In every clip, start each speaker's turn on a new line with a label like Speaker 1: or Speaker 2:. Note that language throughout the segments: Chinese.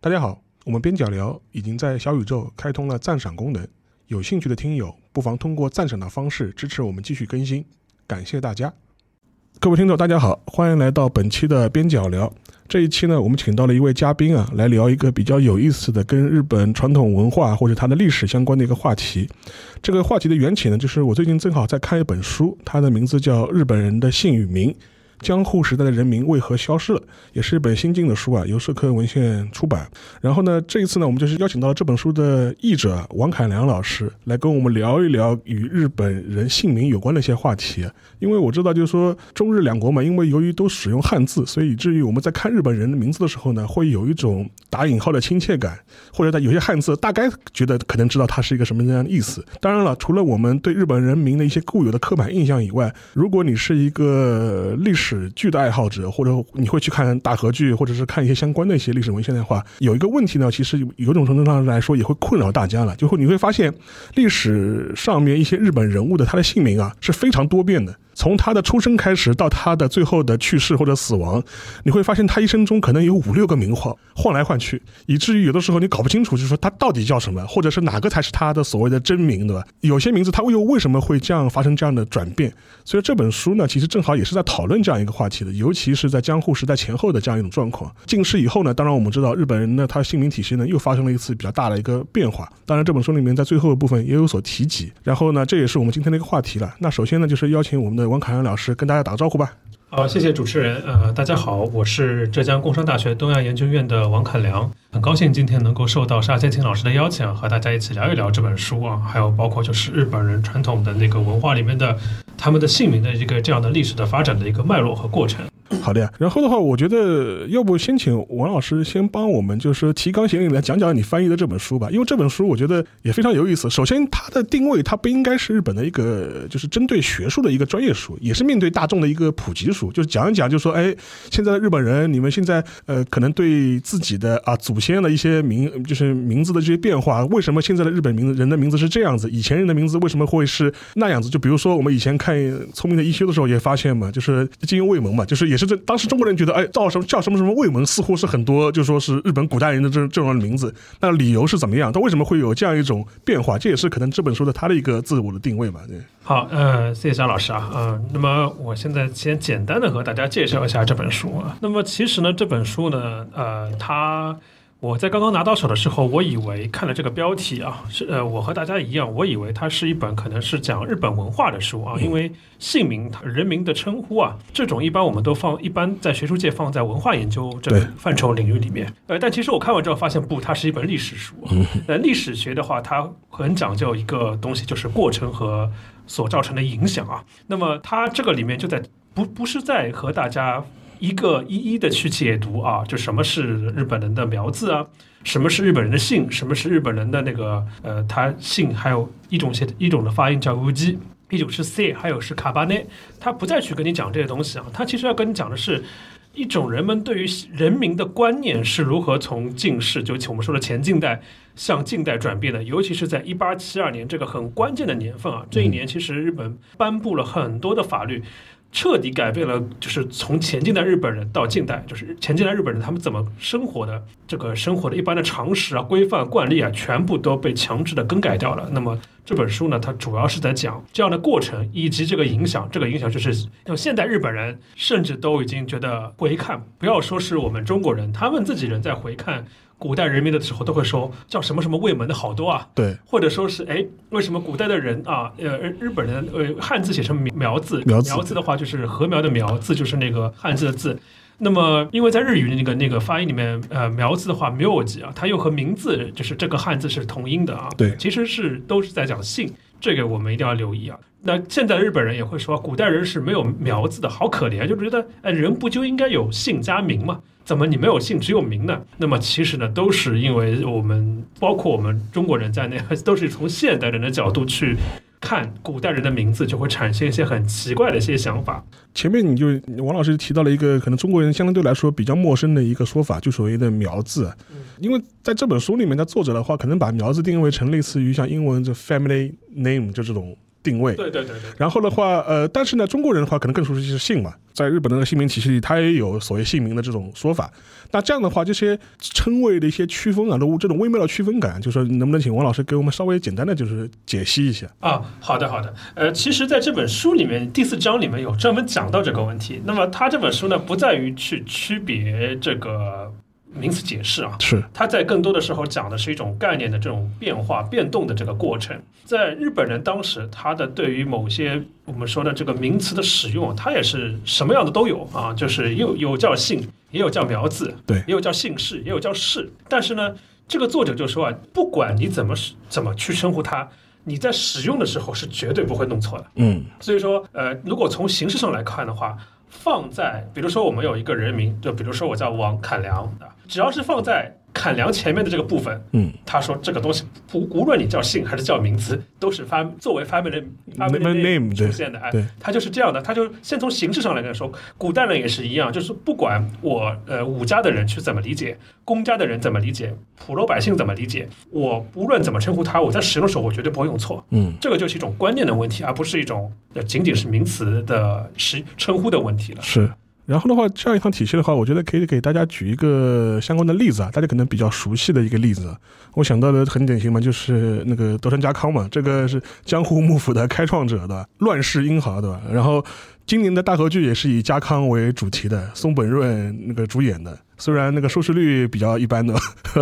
Speaker 1: 大家好，我们边角聊已经在小宇宙开通了赞赏功能，有兴趣的听友不妨通过赞赏的方式支持我们继续更新，感谢大家。各位听众，大家好，欢迎来到本期的边角聊。这一期呢，我们请到了一位嘉宾啊，来聊一个比较有意思的跟日本传统文化或者它的历史相关的一个话题。这个话题的缘起呢，就是我最近正好在看一本书，它的名字叫《日本人的姓与名：江户时代的人民为何消失了》，也是一本新进的书啊，由社科文献出版。然后呢，这一次呢，我们就是邀请到了这本书的译者啊王凯良老师来跟我们聊一聊与日本人姓名有关的一些话题。因为我知道，就是说中日两国嘛，因为由于都使用汉字，所以以至于我们在看日本人的名字的时候呢，会有一种打引号的亲切感，或者在有些汉字大概觉得可能知道它是一个什么样的意思。当然了，除了我们对日本人民的一些固有的刻板印象以外，如果你是一个历史剧的爱好者，或者你会去看大河剧，或者是看一些相关的一些历史文献的话，有一个问题呢，其实有种程度上来说也会困扰大家了，就会你会发现历史上面一些日本人物的他的姓名啊是非常多变的，从他的出生开始到他的最后的去世或者死亡，你会发现他一生中可能有五六个名号换来换去，以至于有的时候你搞不清楚，就是说他到底叫什么，或者是哪个才是他的所谓的真名，对吧？有些名字他又为什么会这样发生这样的转变？所以这本书呢，其实正好也是在讨论这样一个话题的，尤其是在江户时代前后的这样一种状况。近世以后呢，当然我们知道日本人呢，他姓名体系呢又发生了一次比较大的一个变化。当然这本书里面在最后的部分也有所提及。然后呢，这也是我们今天的一个话题了。那首先呢，就是邀请我们的王凯阳老师跟大家打个招呼吧。
Speaker 2: 好、谢谢主持人。呃，大家好，我是浙江工商大学东亚研究院的王凯良，很高兴今天能够受到沙千庆老师的邀请，和大家一起聊一聊这本书啊，还有包括就是日本人传统的那个文化里面的他们的姓名的一个这样的历史的发展的一个脉络和过程。
Speaker 1: 好的呀，然后的话，我觉得要不先请王老师先帮我们就是提纲挈领来讲讲你翻译的这本书吧，因为这本书我觉得也非常有意思。首先，它的定位它不应该是日本的一个就是针对学术的一个专业书，也是面对大众的一个普及书，就是讲一讲，就说哎，现在的日本人，你们现在呃可能对自己的啊祖先的一些名就是名字的这些变化，为什么现在的日本名字人的名字是这样子，以前人的名字为什么会是那样子？就比如说我们以前看《聪明的一休》的时候也发现嘛，就是金庸卫门嘛，就是也是这当时中国人觉得，哎，叫什么叫什么什么卫门，似乎是很多就说是日本古代人的这这种名字，那理由是怎么样？他为什么会有这样一种变化？这也是可能这本书的它的一个自我的定位吧。对，
Speaker 2: 好，呃，谢谢沙老师啊，呃，那么我现在先简单的和大家介绍一下这本书啊。那么其实呢，这本书呢，呃，它我在刚刚拿到手的时候，我以为看了这个标题啊，是呃，我和大家一样，我以为它是一本可能是讲日本文化的书啊，因为姓名、它人名的称呼啊，这种一般我们都放，一般在学术界放在文化研究这个
Speaker 1: 对
Speaker 2: 范畴领域里面。呃，但其实我看完之后发现，不，它是一本历史书啊。那历史学的话，它很讲究一个东西，就是过程和所造成的影响啊。那么它这个里面就在不不是在和大家一个一一的去解读啊，就什么是日本人的苗字啊，什么是日本人的姓，什么是日本人的那个呃，他姓还有一种写一种的发音叫 uji。一种是 C，还有是卡巴内，他不再去跟你讲这些东西啊，他其实要跟你讲的是，一种人们对于人民的观念是如何从近世，就我们说的前近代向近代转变的，尤其是在一八七二年这个很关键的年份啊，这一年其实日本颁布了很多的法律。彻底改变了，就是从前近代日本人到近代，就是前近代日本人他们怎么生活的，这个生活的一般的常识啊、规范惯例啊，全部都被强制的更改掉了。那么这本书呢，它主要是在讲这样的过程以及这个影响。这个影响就是让现代日本人甚至都已经觉得回看，不要说是我们中国人，他们自己人在回看古代人民的时候，都会说叫什么什么卫门的好多啊，
Speaker 1: 对，
Speaker 2: 或者说是哎，为什么古代的人啊，呃，日日本人呃，汉字写成苗苗字，
Speaker 1: 苗字
Speaker 2: 的话就是禾苗的苗，字就是那个汉字的字。那么，因为在日语的那个那个发音里面，呃，苗字的话没有记啊，它又和名字就是这个汉字是同音的啊。
Speaker 1: 对
Speaker 2: 其实是都是在讲姓，这个我们一定要留意啊。那现在日本人也会说，古代人是没有苗字的，好可怜，就觉得哎，人不就应该有姓加名吗？怎么你没有姓只有名呢？那么其实呢，都是因为我们包括我们中国人在内， 都是从现代人的角度去看古代人的名字，就会产生一些很奇怪的一些想法。
Speaker 1: 前面你就王老师提到了一个可能中国人相对来说比较陌生的一个说法，就所谓的苗字。啊因为在这本书里面，的作者的话可能把苗字定位成类似于像英文这 family name 就这种定位。
Speaker 2: 对对对对，
Speaker 1: 然后的话，呃，但是呢，中国人的话可能更熟悉是姓嘛，在日本的那个姓名体系里，它也有所谓姓名的这种说法。那这样的话，这些称谓的一些区分啊，都这种微妙的区分感，就是能不能请王老师给我们稍微简单的就是解析一下？
Speaker 2: 啊，好的好的，呃，其实在这本书里面第四章里面有专门讲到这个问题。那么它这本书呢，不在于去区别这个名词解释啊，
Speaker 1: 是，
Speaker 2: 它在更多的时候讲的是一种概念的这种变化、变动的这个过程。在日本人当时，他的对于某些我们说的这个名词的使用，它也是什么样的都有啊，就是有有叫姓，也有叫苗字，
Speaker 1: 对
Speaker 2: 也有叫姓氏，也有叫氏。但是呢，这个作者就说啊，不管你怎么使怎么去称呼它，你在使用的时候是绝对不会弄错的。
Speaker 1: 嗯，
Speaker 2: 所以说，呃，如果从形式上来看的话，放在比如说我们有一个人名，就比如说我叫王侃良啊，只要是放在侃良前面的这个部分，
Speaker 1: 嗯，
Speaker 2: 他说这个东西不无论你叫姓还是叫名字，都是 fam 作为 family family
Speaker 1: Name- name，对
Speaker 2: 出现的，哎
Speaker 1: 对，
Speaker 2: 它就是这样的，它就先从形式上来跟说，古代人也是一样，就是不管我呃武家的人去怎么理解，公家的人怎么理解，普罗百姓怎么理解，我无论怎么称呼他，我在使用的时候我绝对不会用错，
Speaker 1: 嗯，
Speaker 2: 这个就是一种观念的问题，而不是一种呃仅仅是名词的使称呼的 问题了。
Speaker 1: 是。然后的话，这样一套体系的话，我觉得可以给大家举一个相关的例子啊，大家可能比较熟悉的一个例子。我想到的很典型嘛，就是那个德川家康嘛，这个是江户幕府的开创者的乱世英豪，对吧？然后今年的大和剧也是以家康为主题的，松本润那个主演的，虽然那个收视率比较一般的，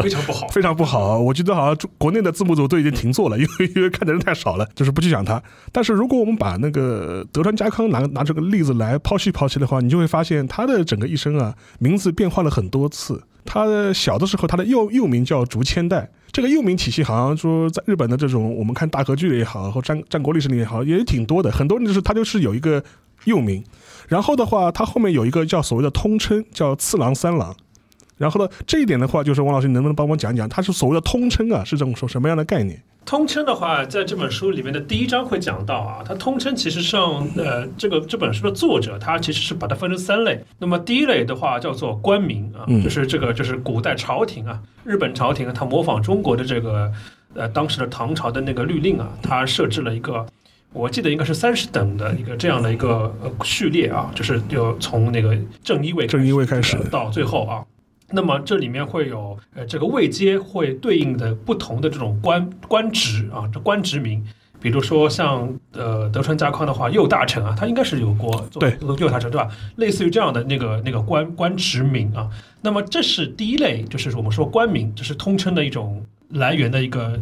Speaker 2: 非常不好，
Speaker 1: 非常不好。我觉得好像中国内的字幕组都已经停做了，因为因为看的人太少了，就是不去讲它。但是如果我们把那个德川家康拿拿这个例子来剖析剖析的话，你就会发现他的整个一生啊，名字变换了很多次。他小的时候，他的幼幼名叫竹千代。这个幼名体系好像说，在日本的这种我们看大和剧也好，或战战国历史里也好，也挺多的。很多人就是他就是有一个幼名，然后的话，他后面有一个叫所谓的通称，叫次郎三郎。然后呢，这一点的话，就是王老师，你能不能帮忙讲一讲，它是所谓的通称啊，是这种说什么样的概念？
Speaker 2: 通称的话，在这本书里面的第一章会讲到啊，它通称其实上，呃，这个这本书的作者他其实是把它分成三类。那么第一类的话叫做官名啊
Speaker 1: 嗯，
Speaker 2: 就是这个就是古代朝廷啊，日本朝廷啊，它模仿中国的这个呃当时的唐朝的那个律令啊，它设置了一个。我记得应该是三十等的一个这样的一个呃序列啊，就是就从那个正一位
Speaker 1: 正一位开始
Speaker 2: 呃到最后啊，那么这里面会有呃这个位阶会对应的不同的这种官官职啊，这官职名，比如说像呃德川家康的话，右大臣啊，他应该是有过做
Speaker 1: 对
Speaker 2: 右大臣对吧？类似于这样的那个那个官官职名啊，那么这是第一类，就是我们说官名，这是通称的一种来源的一个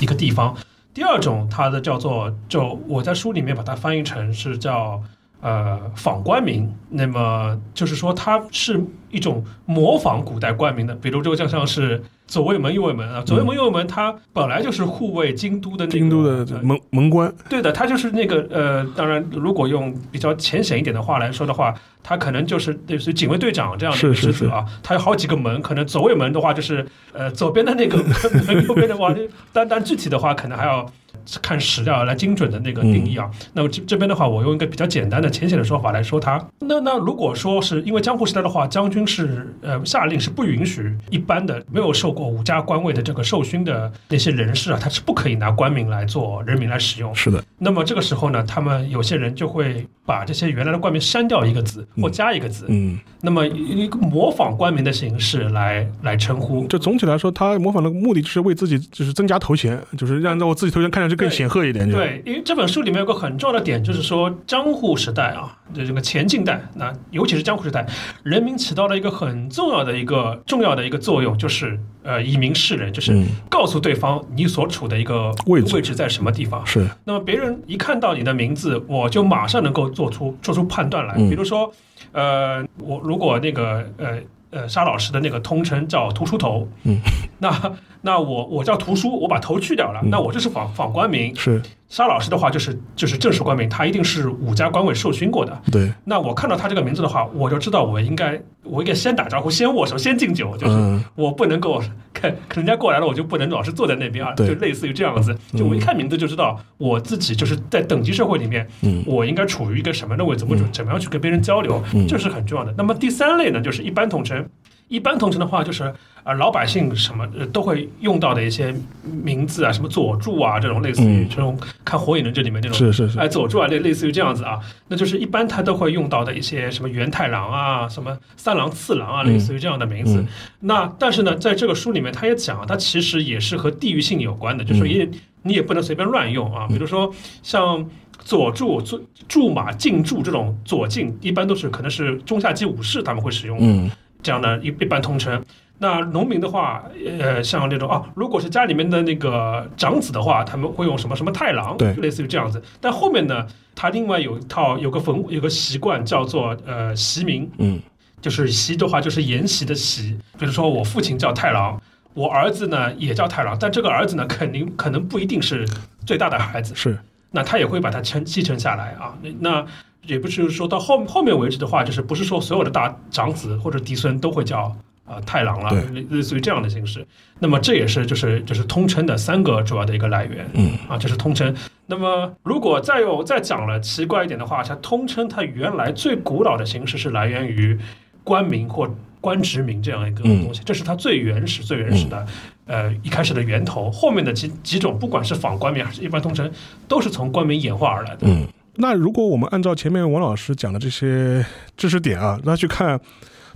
Speaker 2: 一个地方。第二种，它的叫做就我在书里面把它翻译成是叫呃仿官名，那么就是说它是一种模仿古代官名的，比如就像像是左卫门、右卫门啊，左卫门、右卫门，它本来就是护卫京都的那
Speaker 1: 嗯
Speaker 2: 个
Speaker 1: 京都的
Speaker 2: 呃
Speaker 1: 门门关，
Speaker 2: 对的，他就是那个呃，当然，如果用比较浅显一点的话来说的话，他可能就是类似于警卫队长这样的一
Speaker 1: 是
Speaker 2: 个
Speaker 1: 是
Speaker 2: 职责啊。他有好几个门，可能左卫门的话就是呃左边的那个 门，右边的话，但但具体的话可能还要看史料来精准的那个定义啊。那么这这边的话，我用一个比较简单的浅显的说法来说它。那那如果说是因为江户时代的话，将军是呃下令是不允许一般的没有受过武家官位的这个授勋的那些人士啊，他是不可以拿官名来做人名来使用。
Speaker 1: 是的，
Speaker 2: 那么这个时候呢，他们有些人就会把这些原来的冠名删掉一个字或加一个字，
Speaker 1: 嗯，
Speaker 2: 那么一个模仿冠名的形式来来称呼。
Speaker 1: 这总体来说，他模仿的目的就是为自己就是增加头衔，就是让让我自己头衔看上去更显赫一点，就，
Speaker 2: 对，因为这本书里面有个很重要的点，就是说江户时代啊，这这个前近代，那尤其是江户时代，人民起到了一个很重要的一个重要的一个作用，就是呃以民示人，就是
Speaker 1: 嗯，
Speaker 2: 告诉对方你所处的一个
Speaker 1: 位置
Speaker 2: 位置在什么地方。
Speaker 1: 是，
Speaker 2: 那么别人一看到你的名字，我就马上能够做出做出判断来。
Speaker 1: 嗯
Speaker 2: 比如说，呃，我如果那个呃呃沙老师的那个通称叫图书头，
Speaker 1: 嗯，
Speaker 2: 那那我我叫图书，我把头去掉了，
Speaker 1: 嗯
Speaker 2: 那我就是仿仿官名。
Speaker 1: 是，
Speaker 2: 沙老师的话就是就是正式官名，他一定是武家官委授勋过的。
Speaker 1: 对，
Speaker 2: 那我看到他这个名字的话，我就知道我应该我应该先打招呼，先握手，先敬酒，就是
Speaker 1: 嗯，
Speaker 2: 我不能够 看人家过来了，我就不能老是坐在那边啊，就
Speaker 1: 对嗯
Speaker 2: 类似于这样子。就我一看名字就知道我自己就是在等级社会里面，
Speaker 1: 嗯
Speaker 2: 我应该处
Speaker 1: 嗯
Speaker 2: 于一个什么样的位置，我怎么怎么样去跟别人交流，这是很重要的。那么第三类呢，就是一般统称。一般同城的话，就是呃老百姓什么呃都会用到的一些名字啊，什么佐助啊这种类似于
Speaker 1: 嗯
Speaker 2: 这种看《火影忍者》里面那种
Speaker 1: 是是是
Speaker 2: 哎，佐助啊，类类似于这样子啊，那就是一般他都会用到的一些什么元太郎啊，什么三郎次郎啊，
Speaker 1: 嗯
Speaker 2: 类似于这样的名字。
Speaker 1: 嗯
Speaker 2: 那但是呢，在这个书里面，他也讲啊，它其实也是和地域性有关的，
Speaker 1: 嗯
Speaker 2: 就是说也、你也不能随便乱用啊。比如说像佐助、佐驻马、进驻这种左进，一般都是可能是中下级武士他们会使用的
Speaker 1: 嗯
Speaker 2: 这样的一一般通称。那农民的话，呃，像这种啊，如果是家里面的那个长子的话，他们会用什么什么太郎，
Speaker 1: 对
Speaker 2: 类似于这样子。但后面呢，他另外有一套有个文有个习惯叫做呃习名，
Speaker 1: 嗯
Speaker 2: 就是习的话就是沿袭的习。比如说我父亲叫太郎，我儿子呢也叫太郎，但这个儿子呢肯定可能不一定是最大的孩子，
Speaker 1: 是
Speaker 2: 那他也会把它承继承下来啊。那那也不是说到后后面为止的话，就是不是说所有的大长子或者嫡孙都会叫呃太郎了，
Speaker 1: 对
Speaker 2: 类类似于这样的形式。那么这也是就是就是通称的三个主要的一个来源，
Speaker 1: 嗯
Speaker 2: 啊，这是通称。那么如果再有再讲了奇怪一点的话，它通称它原来最古老的形式是来源于官名或。官职名这样一个
Speaker 1: 嗯
Speaker 2: 东西，这是它最原始、最原始的，呃，一开始的源头。后面的几几种，不管是仿官名还是一般通称，都是从官名演化而来的。
Speaker 1: 嗯。那如果我们按照前面王老师讲的这些知识点啊，那去看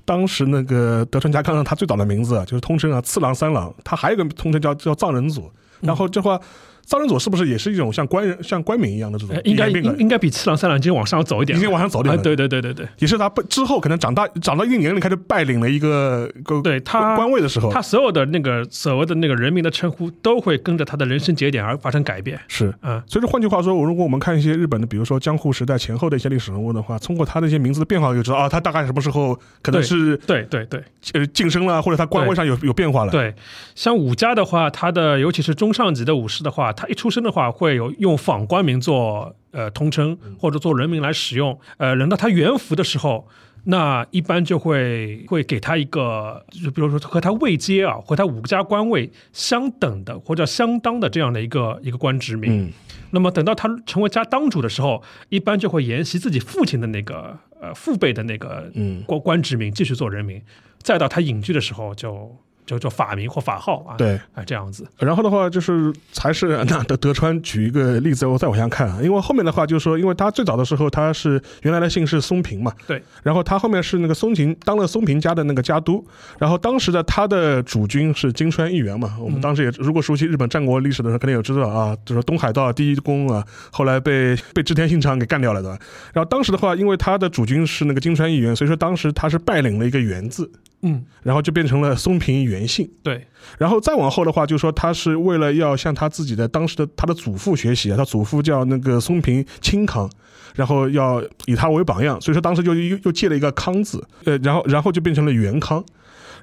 Speaker 1: 当时那个德川家康他最早的名字啊就是通称啊次郎三郎，他还有一个通称叫叫藏人组。
Speaker 2: 嗯
Speaker 1: 然后这话，藏人组是不是也是一种像官人像官名一样的这种
Speaker 2: 呃应
Speaker 1: 嗯
Speaker 2: 该
Speaker 1: 演变过来
Speaker 2: 应应该比次郎三郎已经往上走一点
Speaker 1: 已
Speaker 2: 了，
Speaker 1: 经往上走点
Speaker 2: 啊
Speaker 1: 了？
Speaker 2: 对对对对对，
Speaker 1: 也是他不之后可能长大长到一定年龄开始拜领了一个个
Speaker 2: 对他
Speaker 1: 官位的时候，
Speaker 2: 他所有的那个所谓的那个人民的称呼，都会跟着他的人生节点而发生改变。
Speaker 1: 是
Speaker 2: 嗯，
Speaker 1: 所以说换句话说，我如果我们看一些日本的，比如说江户时代前后的一些历史人物的话，通过他的一些名字的变化，就知道啊，他大概什么时候可能
Speaker 2: 对
Speaker 1: 是
Speaker 2: 对对对
Speaker 1: 呃晋升了，或者他官位上有有变化了。
Speaker 2: 对，像武家的话，他的尤其是中上级的武士的话，他一出生的话会有用仿官名做呃通称或者做人名来使用。呃，轮到他元服的时候。那一般就会会给他一个，就比如说和他位阶啊，和他武家官位相等的或者相当的这样的一个一个官职名。
Speaker 1: 嗯，
Speaker 2: 那么等到他成为家当主的时候，一般就会沿袭自己父亲的那个呃父辈的那个
Speaker 1: 嗯
Speaker 2: 官官职名继续做人名，再到他隐居的时候就就就法名或法号啊，
Speaker 1: 对。
Speaker 2: 啊这样子，
Speaker 1: 然后的话就是才是那德德川举一个例子，我再往下看啊，因为后面的话就是说，因为他最早的时候他是原来的姓是松平嘛，
Speaker 2: 对，
Speaker 1: 然后他后面是那个松平当了松平家的那个家督，然后当时的他的主君是金川义元嘛，我们当时
Speaker 2: 嗯
Speaker 1: 也如果熟悉日本战国历史的人肯定有知道啊，就是东海道第一宫啊，后来被被织田信长给干掉了的。然后当时的话，因为他的主君是那个金川义元，所以说当时他是拜领了一个元字，
Speaker 2: 嗯，
Speaker 1: 然后就变成了松平元信。
Speaker 2: 对，
Speaker 1: 然后再往后的话，就说他是为了要向他自己的当时的他的祖父学习啊，他祖父叫那个松平清康，然后要以他为榜样，所以说当时就又又借了一个康字，呃，然后然后就变成了元康。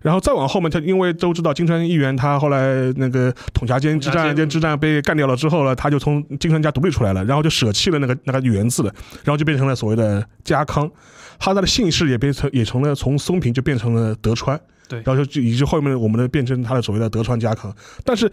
Speaker 1: 然后再往后面，他因为都知道金川议员他后来那个统辖间之
Speaker 2: 统辖
Speaker 1: 战
Speaker 2: 间
Speaker 1: 间之战被干掉了之后呢，他就从金川家独立出来了，然后就舍弃了那个那个元字了，然后就变成了所谓的家康，他的姓氏也变成也成了从松平就变成了德川，
Speaker 2: 对
Speaker 1: 然后就以及后面我们的变成他的所谓的德川家康，但是。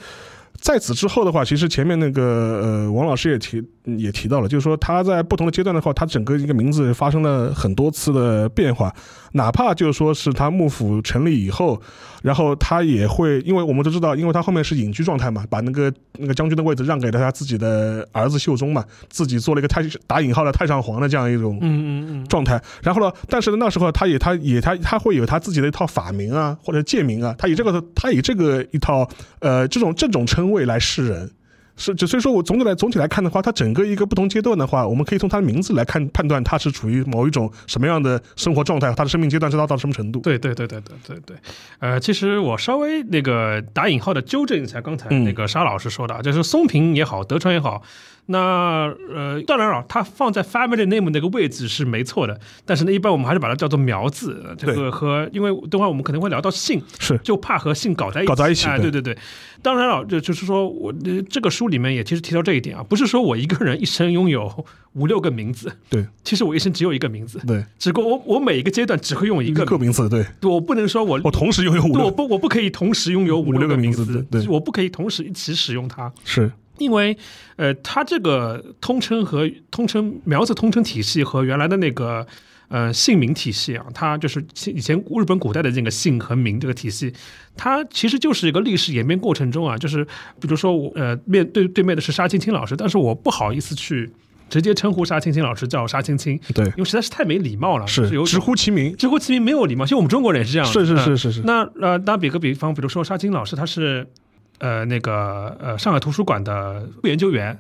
Speaker 1: 在此之后的话，其实前面那个呃，王老师也提嗯也提到了，就是说他在不同的阶段的话，他整个一个名字发生了很多次的变化，哪怕就是说是他幕府成立以后，然后他也会，因为我们都知道，因为他后面是隐居状态嘛，把那个那个将军的位置让给了他自己的儿子秀忠嘛，自己做了一个太打引号的太上皇的这样一种
Speaker 2: 嗯嗯嗯，
Speaker 1: 状态。然后呢，但是呢，那时候他也他也他他会有他自己的一套法名啊，或者界名啊，他以这个他以这个一套呃这种这种称谓来示人。是，就所以说我总体来总体来看的话，它整个一个不同阶段的话，我们可以从他的名字来看判断他是处于某一种什么样的生活状态，他的生命阶段是到到什么程度。
Speaker 2: 对对对对对对对，呃，其实我稍微那个打引号的纠正一下刚才
Speaker 1: 嗯
Speaker 2: 那个沙老师说的，啊，就是松平也好，德川也好，那呃，当然了，它放在 family name 那个位置是没错的，但是呢，一般我们还是把它叫做苗字，呃这
Speaker 1: 对
Speaker 2: 个和因为等会儿我们可能会聊到姓，
Speaker 1: 是
Speaker 2: 就怕和性搞在一起，
Speaker 1: 搞在一起
Speaker 2: 哎，对
Speaker 1: 对
Speaker 2: 对对。当然了，就就是说我呃这个书里面也其实提到这一点啊，不是说我一个人一生拥有五六个名字，
Speaker 1: 对
Speaker 2: 其实我一生只有一个名字，
Speaker 1: 对，
Speaker 2: 只不过我我每一个阶段只会用一
Speaker 1: 一
Speaker 2: 个
Speaker 1: 个
Speaker 2: 名
Speaker 1: 名字，对
Speaker 2: 字，我不能说我
Speaker 1: 我同时拥有五
Speaker 2: 对我
Speaker 1: 六
Speaker 2: 不我不可以同时拥有五
Speaker 1: 五
Speaker 2: 六
Speaker 1: 六
Speaker 2: 个
Speaker 1: 个
Speaker 2: 名
Speaker 1: 名字
Speaker 2: 字，
Speaker 1: 对对
Speaker 2: 我不可以同时一起使用它。
Speaker 1: 是
Speaker 2: 因为，呃，它这个通称和通称苗字通称体系和原来的那个呃姓名体系啊，它就是以前日本古代的这个姓和名这个体系，它其实就是一个历史演变过程中啊，就是比如说我呃面对对面的是沙青青老师，但是我不好意思去直接称呼沙青青老师叫沙青青，
Speaker 1: 对
Speaker 2: 因，为实在是太没礼貌了，
Speaker 1: 是
Speaker 2: 有
Speaker 1: 直呼其名，
Speaker 2: 直呼其名没有礼貌，其实我们中国人也是这样的，
Speaker 1: 是是
Speaker 2: 嗯
Speaker 1: 是是是，
Speaker 2: 那呃，打比个比方，比如说沙青老师，他是呃那个呃上海图书馆的副研究员，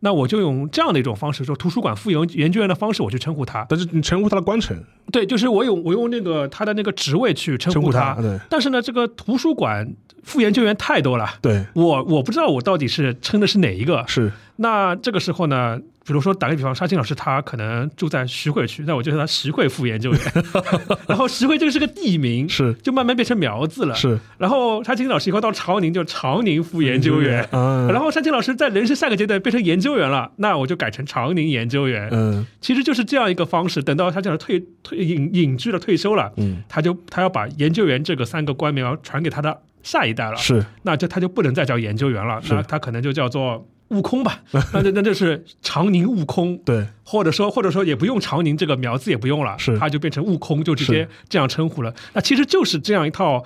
Speaker 2: 那我就用这样的一种方式，说图书馆副研研究员的方式，我去称呼他。
Speaker 1: 但是你称呼他的官臣，
Speaker 2: 对，就是我用我用那个他的那个职位去称
Speaker 1: 称
Speaker 2: 呼
Speaker 1: 呼
Speaker 2: 他。
Speaker 1: 他，对
Speaker 2: 但是呢，这个图书馆副研究员太多了，
Speaker 1: 对
Speaker 2: 我我不知道我到底是称的是哪一个。
Speaker 1: 是，
Speaker 2: 那这个时候呢，比如说打个比方，沙青老师他可能住在徐汇区，那我就叫他徐汇副研究员。 然后徐汇这个是个地名，
Speaker 1: 是
Speaker 2: 就慢慢变成苗字了。
Speaker 1: 是
Speaker 2: 然后沙青老师以后到辽宁就辽宁副研究员，
Speaker 1: 啊，
Speaker 2: 然后沙青老师在人生下个阶段变成研究员了，那我就改成辽宁研究员，
Speaker 1: 嗯
Speaker 2: 其实就是这样一个方式。等到沙青老师退退隐隐居了退休了，
Speaker 1: 嗯
Speaker 2: 他就他要把研究员这个三个官名要传给他的下一代了，
Speaker 1: 是
Speaker 2: 那就他就不能再叫研究员了，
Speaker 1: 是
Speaker 2: 那他可能就叫做。悟空吧，那就那 就是长宁悟空，
Speaker 1: 对
Speaker 2: 或者说或者说也不用长宁这个苗字也不用了，
Speaker 1: 是
Speaker 2: 他就变成悟空，就直接
Speaker 1: 是
Speaker 2: 这样称呼了。那其实就是这样一套，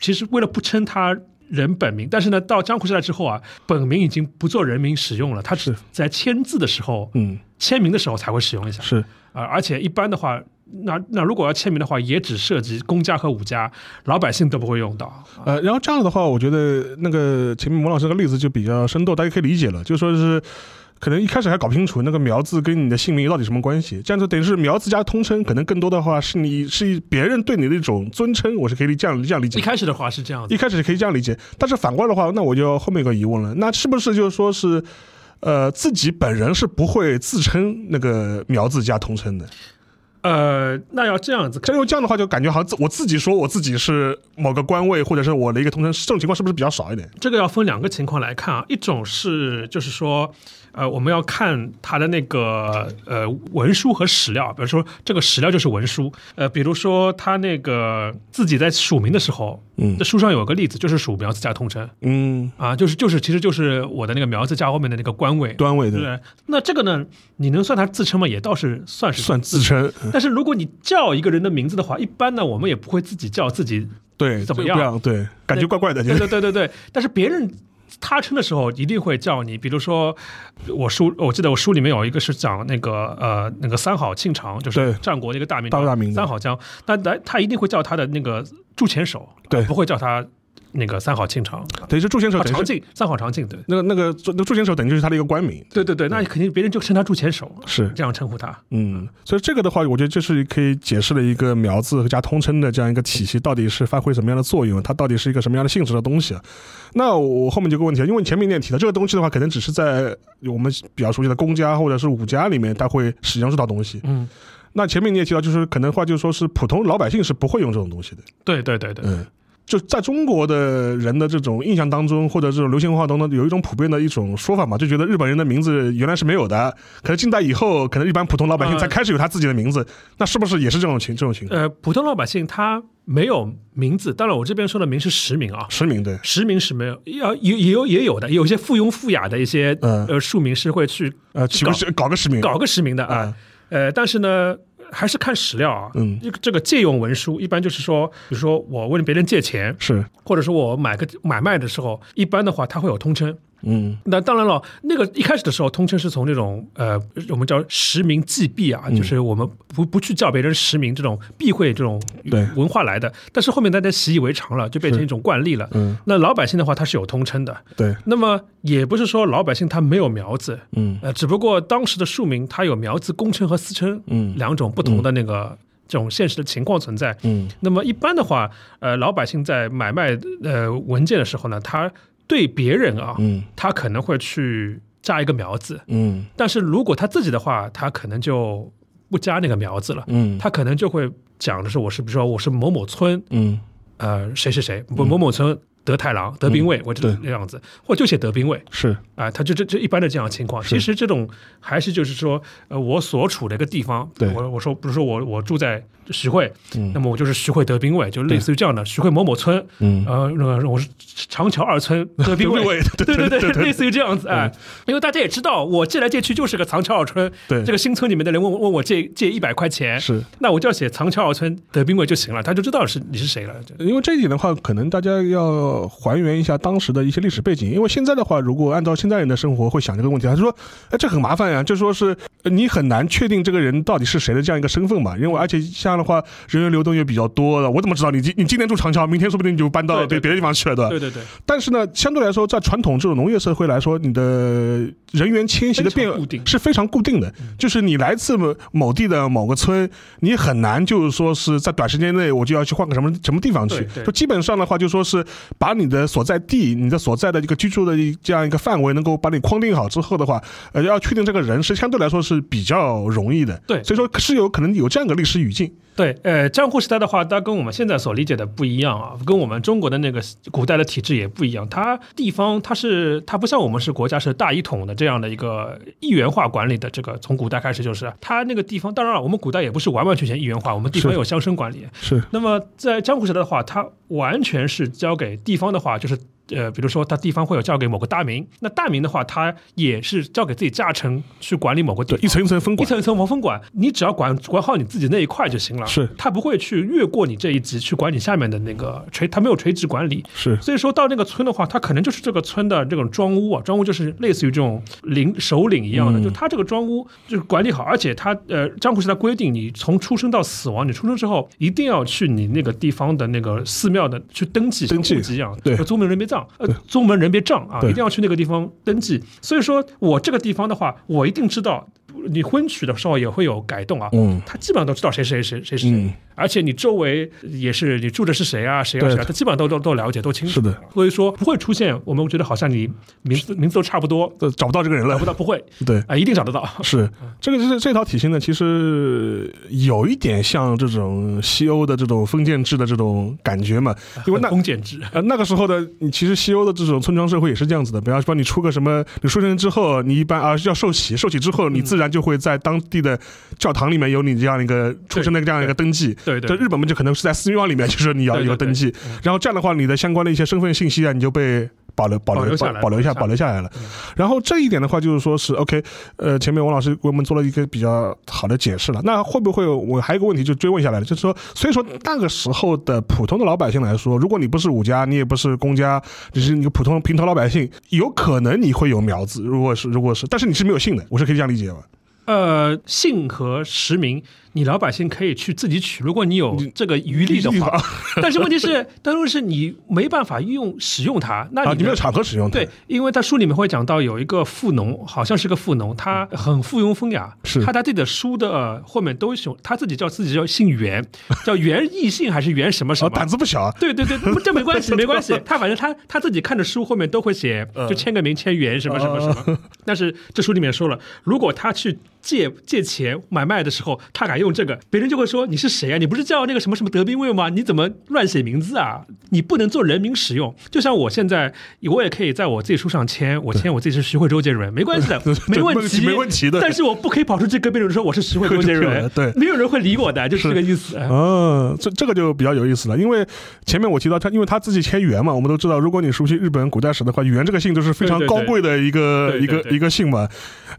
Speaker 2: 其实为了不称他人本名，但是呢，到江湖时代之后啊，本名已经不做人名使用了，他只
Speaker 1: 是
Speaker 2: 在签字的时候、
Speaker 1: 嗯
Speaker 2: 签名的时候才会使用一下
Speaker 1: 是
Speaker 2: 啊、而且一般的话。那那如果要签名的话，也只涉及公家和武家，老百姓都不会用到。
Speaker 1: 呃，然后这样的话，我觉得那个前面魔老师那个例子就比较生动，大家可以理解了，就说是。可能一开始还搞不清楚那个苗字跟你的姓名到底什么关系，这样就等于是苗字加通称，可能更多的话是你是别人对你的一种尊称，我是可以这样这样理解
Speaker 2: 一。开始的话是这样子，
Speaker 1: 一开始可以这样理解，但是反过来的话，那我就后面有个疑问了，那是不是就是说是，呃，自己本人是不会自称那个苗字加通称的？
Speaker 2: 呃，那要这样子，
Speaker 1: 真用这样的话，就感觉好像自我自己说我自己是某个官位或者是我的一个通称，这种情况是不是比较少一点？
Speaker 2: 这个要分两个情况来看啊，一种是就是说，呃，我们要看它的那个呃文书和史料，比如说这个史料就是文书，呃，比如说他那个自己在署名的时候，
Speaker 1: 嗯
Speaker 2: 这书上有个例子，就是署苗字加通称
Speaker 1: 嗯，
Speaker 2: 啊，就是就是其实就是我的那个苗字加后面的那个官位，
Speaker 1: 端位
Speaker 2: 对不
Speaker 1: 的
Speaker 2: 对？那这个呢，你能算他自称吗？也倒是算是
Speaker 1: 算自称，
Speaker 2: 但是如果你叫一个人的名字的话，一般呢，我们也不会自己叫自己
Speaker 1: 对，
Speaker 2: 怎么
Speaker 1: 这
Speaker 2: 样
Speaker 1: 不对，感觉怪怪的，就是
Speaker 2: 对对对对对，但是别人。他称的时候一定会叫你，比如说，我书我记得我书里面有一个是讲那个呃那个三好庆长，就是
Speaker 1: 对
Speaker 2: 战国那个大名
Speaker 1: 大大名
Speaker 2: 三
Speaker 1: 的
Speaker 2: 好江，那来他一定会叫他的那个驻前手，
Speaker 1: 对
Speaker 2: 不会叫他那个三好庆长，
Speaker 1: 等于是驻先手，
Speaker 2: 啊
Speaker 1: 等于
Speaker 2: 长
Speaker 1: 是
Speaker 2: 庆三好长庆，对
Speaker 1: 那个那个驻那个驻先手，等于就是他的一个官名，
Speaker 2: 对对对，那肯定别人就称他驻前手，
Speaker 1: 是
Speaker 2: 这样称呼他。
Speaker 1: 嗯，所以这个的话，我觉得就是可以解释了一个苗字和加通称的这样一个体系，到底是发挥什么样的作用，它到底是一个什么样的性质的东西。啊那我后面就有个问题，因为前面你也提到这个东西的话，可能只是在我们比较熟悉的公家或者是武家里面，它会使用这套东西。
Speaker 2: 嗯，
Speaker 1: 那前面你也提到，就是可能话就是说是普通老百姓是不会用这种东西的。
Speaker 2: 对对对对，
Speaker 1: 嗯，就在中国的人的这种印象当中，或者这种流行文化当中，有一种普遍的一种说法嘛，就觉得日本人的名字原来是没有的，可能近代以后，可能一般普通老百姓
Speaker 2: 呃
Speaker 1: 才开始有他自己的名字，那是不是也是这种情这种情况？
Speaker 2: 呃，普通老百姓他没有名字，当然我这边说的名是实名啊，
Speaker 1: 实名对，
Speaker 2: 实名是没有，要也也有也有的，有些附庸附雅的一些、
Speaker 1: 嗯
Speaker 2: 呃庶民是会去
Speaker 1: 呃，起个实搞个实名，
Speaker 2: 搞个实名的啊，
Speaker 1: 啊，
Speaker 2: 呃，但是呢，还是看史料啊。
Speaker 1: 嗯，
Speaker 2: 这个这个借用文书，一般就是说，比如说我问别人借钱，
Speaker 1: 是，
Speaker 2: 或者说我买个买卖的时候，一般的话它会有通称。
Speaker 1: 嗯
Speaker 2: 那当然了，那个一开始的时候，通称是从那种呃，我们叫实名记避啊，
Speaker 1: 嗯
Speaker 2: 就是我们不不去叫别人实名这种避讳这种
Speaker 1: 对
Speaker 2: 文化来的。但是后面大家习以为常了，就变成一种惯例了。
Speaker 1: 嗯，
Speaker 2: 那老百姓的话，它是有通称的。
Speaker 1: 对，
Speaker 2: 那么也不是说老百姓他没有苗子，
Speaker 1: 嗯
Speaker 2: 呃，只不过当时的庶民他有苗子公称和私称
Speaker 1: 嗯
Speaker 2: 两种不同的那个这种现实的情况存在。
Speaker 1: 嗯
Speaker 2: 那么一般的话，呃，老百姓在买卖呃文件的时候呢，他对别人啊，
Speaker 1: 嗯
Speaker 2: 他可能会去加一个苗字，
Speaker 1: 嗯
Speaker 2: 但是如果他自己的话，他可能就不加那个苗字了，
Speaker 1: 嗯
Speaker 2: 他可能就会讲的是我是比如说我是某某村
Speaker 1: 嗯
Speaker 2: 呃谁谁谁某某某村德太郎、德兵卫，我这
Speaker 1: 对
Speaker 2: 这样子，或就写德兵卫
Speaker 1: 是
Speaker 2: 啊，他就这这一般的这样的情况。
Speaker 1: 是
Speaker 2: 其实这种还是就是说，呃，我所处的一个地方，
Speaker 1: 对
Speaker 2: 我我说，比如说我我住在徐汇，
Speaker 1: 嗯
Speaker 2: 那么我就是徐汇德兵卫，就类似于这样的徐汇某某村，
Speaker 1: 嗯
Speaker 2: 呃，那个我是长桥 二村德兵卫，
Speaker 1: 对对
Speaker 2: 对 对
Speaker 1: 对
Speaker 2: 类似于这样子哎，因为大家也知道，我借来借去就是个藏桥二村，
Speaker 1: 对
Speaker 2: 这个新村里面的人问我问我借借一百块钱，
Speaker 1: 是。
Speaker 2: 那我就要写藏桥二村德兵卫就行了，他就知道是你是谁了。就
Speaker 1: 因为这一点的话，可能大家要还原一下当时的一些历史背景。因为现在的话，如果按照现代人的生活会想这个问题，他说：“哎，这很麻烦呀、就说是呃你很难确定这个人到底是谁的这样一个身份嘛。因为而且这样的话，人员流动也比较多了，我怎么知道你今你今天住长桥，明天说不定你就搬到
Speaker 2: 对对
Speaker 1: 别别的地方去了，对吧？
Speaker 2: 对对对，
Speaker 1: 但是呢，相对来说，在传统这种农业社会来说，你的人员迁徙的
Speaker 2: 非
Speaker 1: 变
Speaker 2: 常固定嗯
Speaker 1: 是非常固定的，就是你来自某某地的某个村，你很难就是说是在短时间内我就要去换个什么什么地方去
Speaker 2: 对，对
Speaker 1: 就基本上的话，就说是把你的所在地、你的所在的一个居住的一这样一个范围能够把你框定好之后的话，呃，要确定这个人是相对来说是比较容易的，
Speaker 2: 对
Speaker 1: 所以说是有可能有这样一个历史语境，
Speaker 2: 对，呃，江户时代的话，它跟我们现在所理解的不一样啊，跟我们中国的那个古代的体制也不一样。它地方它是它不像我们是国家是大一统的这样的一个一元化管理的这个，从古代开始就是它那个地方。当然了，我们古代也不是完完全全一元化，我们地方
Speaker 1: 是
Speaker 2: 有乡绅管理。
Speaker 1: 是
Speaker 2: 那么在江户时代的话，它完全是交给地方的话，就是呃，比如说它地方会有交给某个大名，那大名的话，它也是交给自己家臣去管理某个地
Speaker 1: 对
Speaker 2: 方
Speaker 1: 一层一层分
Speaker 2: 一
Speaker 1: 管，
Speaker 2: 层一层往分管，你只要管管好你自己那一块就行了。
Speaker 1: 是
Speaker 2: 他不会去越过你这一级去管你下面的那个垂，他没有垂直管理。
Speaker 1: 是
Speaker 2: 所以说到那个村的话，他可能就是这个村的这种庄屋啊，庄屋就是类似于这种领首领一样的，
Speaker 1: 嗯
Speaker 2: 就他这个庄屋就是管理好，而且他呃，江湖时代规定，你从出生到死亡，你出生之后一定要去你那个地方的那个寺庙的去登记，
Speaker 1: 登记
Speaker 2: 像户籍一样，
Speaker 1: 对
Speaker 2: 呃宗门人别葬，呃
Speaker 1: 对，
Speaker 2: 宗门人别葬啊，
Speaker 1: 对
Speaker 2: 一定要去那个地方登记。所以说我这个地方的话，我一定知道，你婚娶的时候也会有改动啊，
Speaker 1: 嗯
Speaker 2: 他基本上都知道谁谁谁谁是谁。
Speaker 1: 嗯
Speaker 2: 而且你周围也是你住的是谁啊，谁啊
Speaker 1: 对
Speaker 2: 谁啊，他基本上都都都了解，都清楚。
Speaker 1: 是的，
Speaker 2: 所以说不会出现我们觉得好像你名字名字都差不多，
Speaker 1: 呃找不到这个人
Speaker 2: 找
Speaker 1: 了
Speaker 2: 不，到不会啊、
Speaker 1: 对。
Speaker 2: 一定找得到。
Speaker 1: 是这个这这套体系呢，其实有一点像这种西欧的这种封建制的这种感觉嘛，因为那。
Speaker 2: 封建制，
Speaker 1: 呃，那个时候的你，其实西欧的这种村庄社会也是这样子的。比方说，你出个什么，你出生之后，你一般啊要受洗，受洗之后，你
Speaker 2: 嗯
Speaker 1: 自然就会在当地的教堂里面有你这样一个出生的这样一个登记。
Speaker 2: 对
Speaker 1: 在
Speaker 2: 对
Speaker 1: 日本嘛，就可能是在寺庙里面，就是你要
Speaker 2: 对对
Speaker 1: 有登记
Speaker 2: 对嗯，
Speaker 1: 然后这样的话，你的相关的一些身份信息啊，你就被保留、保
Speaker 2: 保
Speaker 1: 留、
Speaker 2: 留下
Speaker 1: 保
Speaker 2: 来
Speaker 1: 保留下、
Speaker 2: 保留下
Speaker 1: 保留下
Speaker 2: 来
Speaker 1: 来了
Speaker 2: 嗯。
Speaker 1: 然后这一点的话，就是说是 OK，呃，前面王老师给我们做了一个比较好的解释了。那会不会我还有一个问题就追问下来了，就是说，所以说那个时候的普通的老百姓来说，如果你不是武家，你也不是公家，只是一个普通平头老百姓，有可能你会有苗字，如果是如果是，但是你是没有姓的，我是可以这样理解吧？
Speaker 2: 呃，姓和实名，你老百姓可以去自己取，如果你有这个余力的
Speaker 1: 地
Speaker 2: 话。
Speaker 1: 方
Speaker 2: 但是问题是，但是是你没办法用使用它，那
Speaker 1: 啊，
Speaker 2: 你
Speaker 1: 你没
Speaker 2: 的
Speaker 1: 有场合使用它
Speaker 2: 对，，因为他书里面会讲到有一个富农，好像是个富农，他很附庸风雅，
Speaker 1: 嗯是
Speaker 2: 他在自己的书的、呃后面都有，他自己叫自己叫姓 袁，叫袁义信还是袁什么什
Speaker 1: 啊，
Speaker 2: 么。
Speaker 1: 胆子不小啊，
Speaker 2: 对对对，不这没关系，没 关系。他反正他他自己看着书后面都会写，
Speaker 1: 嗯
Speaker 2: 就签个名，签袁什么什么什么。 但是这书里面说了，如果他去借借钱买卖的时候，他敢用这个，别人就会说你是谁啊？你不是叫那个什么什么德兵卫吗？你怎么乱写名字啊？你不能做人名使用。就像我现在，我也可以在我自己书上签，我签我自己是徐汇周杰伦，没关系 的
Speaker 1: 对，对
Speaker 2: 没问题，
Speaker 1: 没问题的
Speaker 2: 但是我不可以跑出去跟别人说我是徐汇周杰伦，
Speaker 1: 对
Speaker 2: 没有人会理我的，就是这个 意思。
Speaker 1: 哦，这这个就比较有意思了，因为前面我提到他，因为他自己签元嘛，我们都知道，如果你熟悉日本古代史的话，元这个姓就是非常
Speaker 2: 对对
Speaker 1: 高
Speaker 2: 对
Speaker 1: 贵的一个
Speaker 2: 对对
Speaker 1: 一
Speaker 2: 对
Speaker 1: 个一个姓嘛，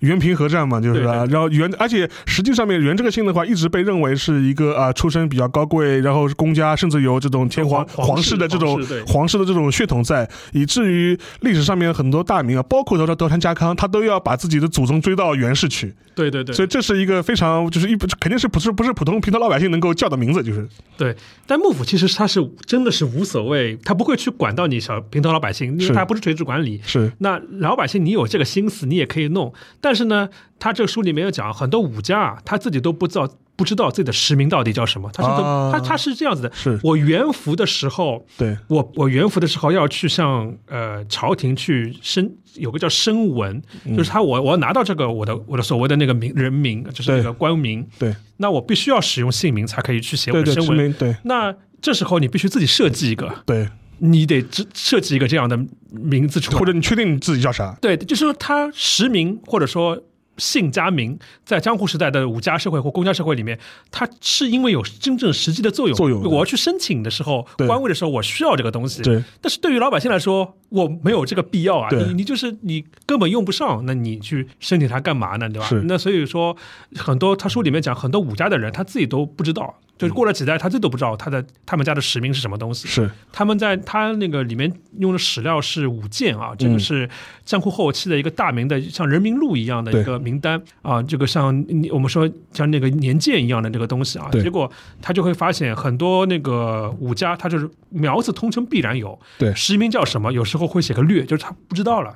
Speaker 1: 元平和战嘛，就是啊，
Speaker 2: 对
Speaker 1: 然后元，而且实际上面元这个姓的话，一直被认为是一个啊、出身比较高贵，然后是公家，甚至有这种天皇
Speaker 2: 皇皇
Speaker 1: 室
Speaker 2: 室
Speaker 1: 的这种
Speaker 2: 皇室对
Speaker 1: 皇室的这种血统在，以至于历史上面很多大名啊，包括德川德川家康，他都要把自己的祖宗追到源氏去，
Speaker 2: 对对对
Speaker 1: 所以这是一个非常就是一肯定是不是不是普通平头老百姓能够叫的名字，就是。
Speaker 2: 对，但幕府其实他是真的是无所谓，他不会去管到你小平头老百姓，因
Speaker 1: 是
Speaker 2: 为他不是垂直管理。
Speaker 1: 是
Speaker 2: 那老百姓你有这个心思，你也可以弄。但是呢，他这个书里面有讲，很多武家啊，他自己都不知道不知道自己的实名到底叫什么，他是都、
Speaker 1: 啊
Speaker 2: 他他是这样子的。
Speaker 1: 是
Speaker 2: 我元服的时候，
Speaker 1: 对，
Speaker 2: 我我元服的时候要去向呃朝廷去申，有个叫申文，
Speaker 1: 嗯
Speaker 2: 就是他我我要拿到这个我的我的所谓的那个名人名，就是那
Speaker 1: 对
Speaker 2: 个官名，
Speaker 1: 对
Speaker 2: 那我必须要使用姓名才可以去写我
Speaker 1: 对
Speaker 2: 的
Speaker 1: 对，
Speaker 2: 申
Speaker 1: 知
Speaker 2: 文。
Speaker 1: 名对
Speaker 2: 那这时候你必须自己设计一个，
Speaker 1: 对
Speaker 2: 你得设设计一个这样的名字出来，
Speaker 1: 或者你确定你自己叫啥？
Speaker 2: 对，就是说他实名或者说姓加名，在江户时代的武家社会或公家社会里面，它是因为有真正实际的作用。
Speaker 1: 作用对
Speaker 2: 我要去申请的时候，
Speaker 1: 对
Speaker 2: 官位的时候，我需要这个东西。
Speaker 1: 对，
Speaker 2: 但是对于老百姓来说，我没有这个必要啊。
Speaker 1: 对
Speaker 2: 你你就是你根本用不上，那你去申请它干嘛呢？对吧
Speaker 1: 是？
Speaker 2: 那所以说，很多他书里面讲，很多武家的人他自己都不知道。就是
Speaker 1: 嗯
Speaker 2: 过了几代，他自己都不知道他的他们家的实名是什么东西。
Speaker 1: 是
Speaker 2: 他们在他那个里面用的史料是五件
Speaker 1: 嗯
Speaker 2: 啊，这个是战库后期的一个大明的，像人民录一样的
Speaker 1: 对
Speaker 2: 一个名单啊，这个像你我们说像那个年鉴一样的这个东西啊，
Speaker 1: 对
Speaker 2: 结果他就会发现很多那个武家，他就是苗字通称必然有，
Speaker 1: 对
Speaker 2: 实名叫什么，有时候会写个略，就是他不知道 了，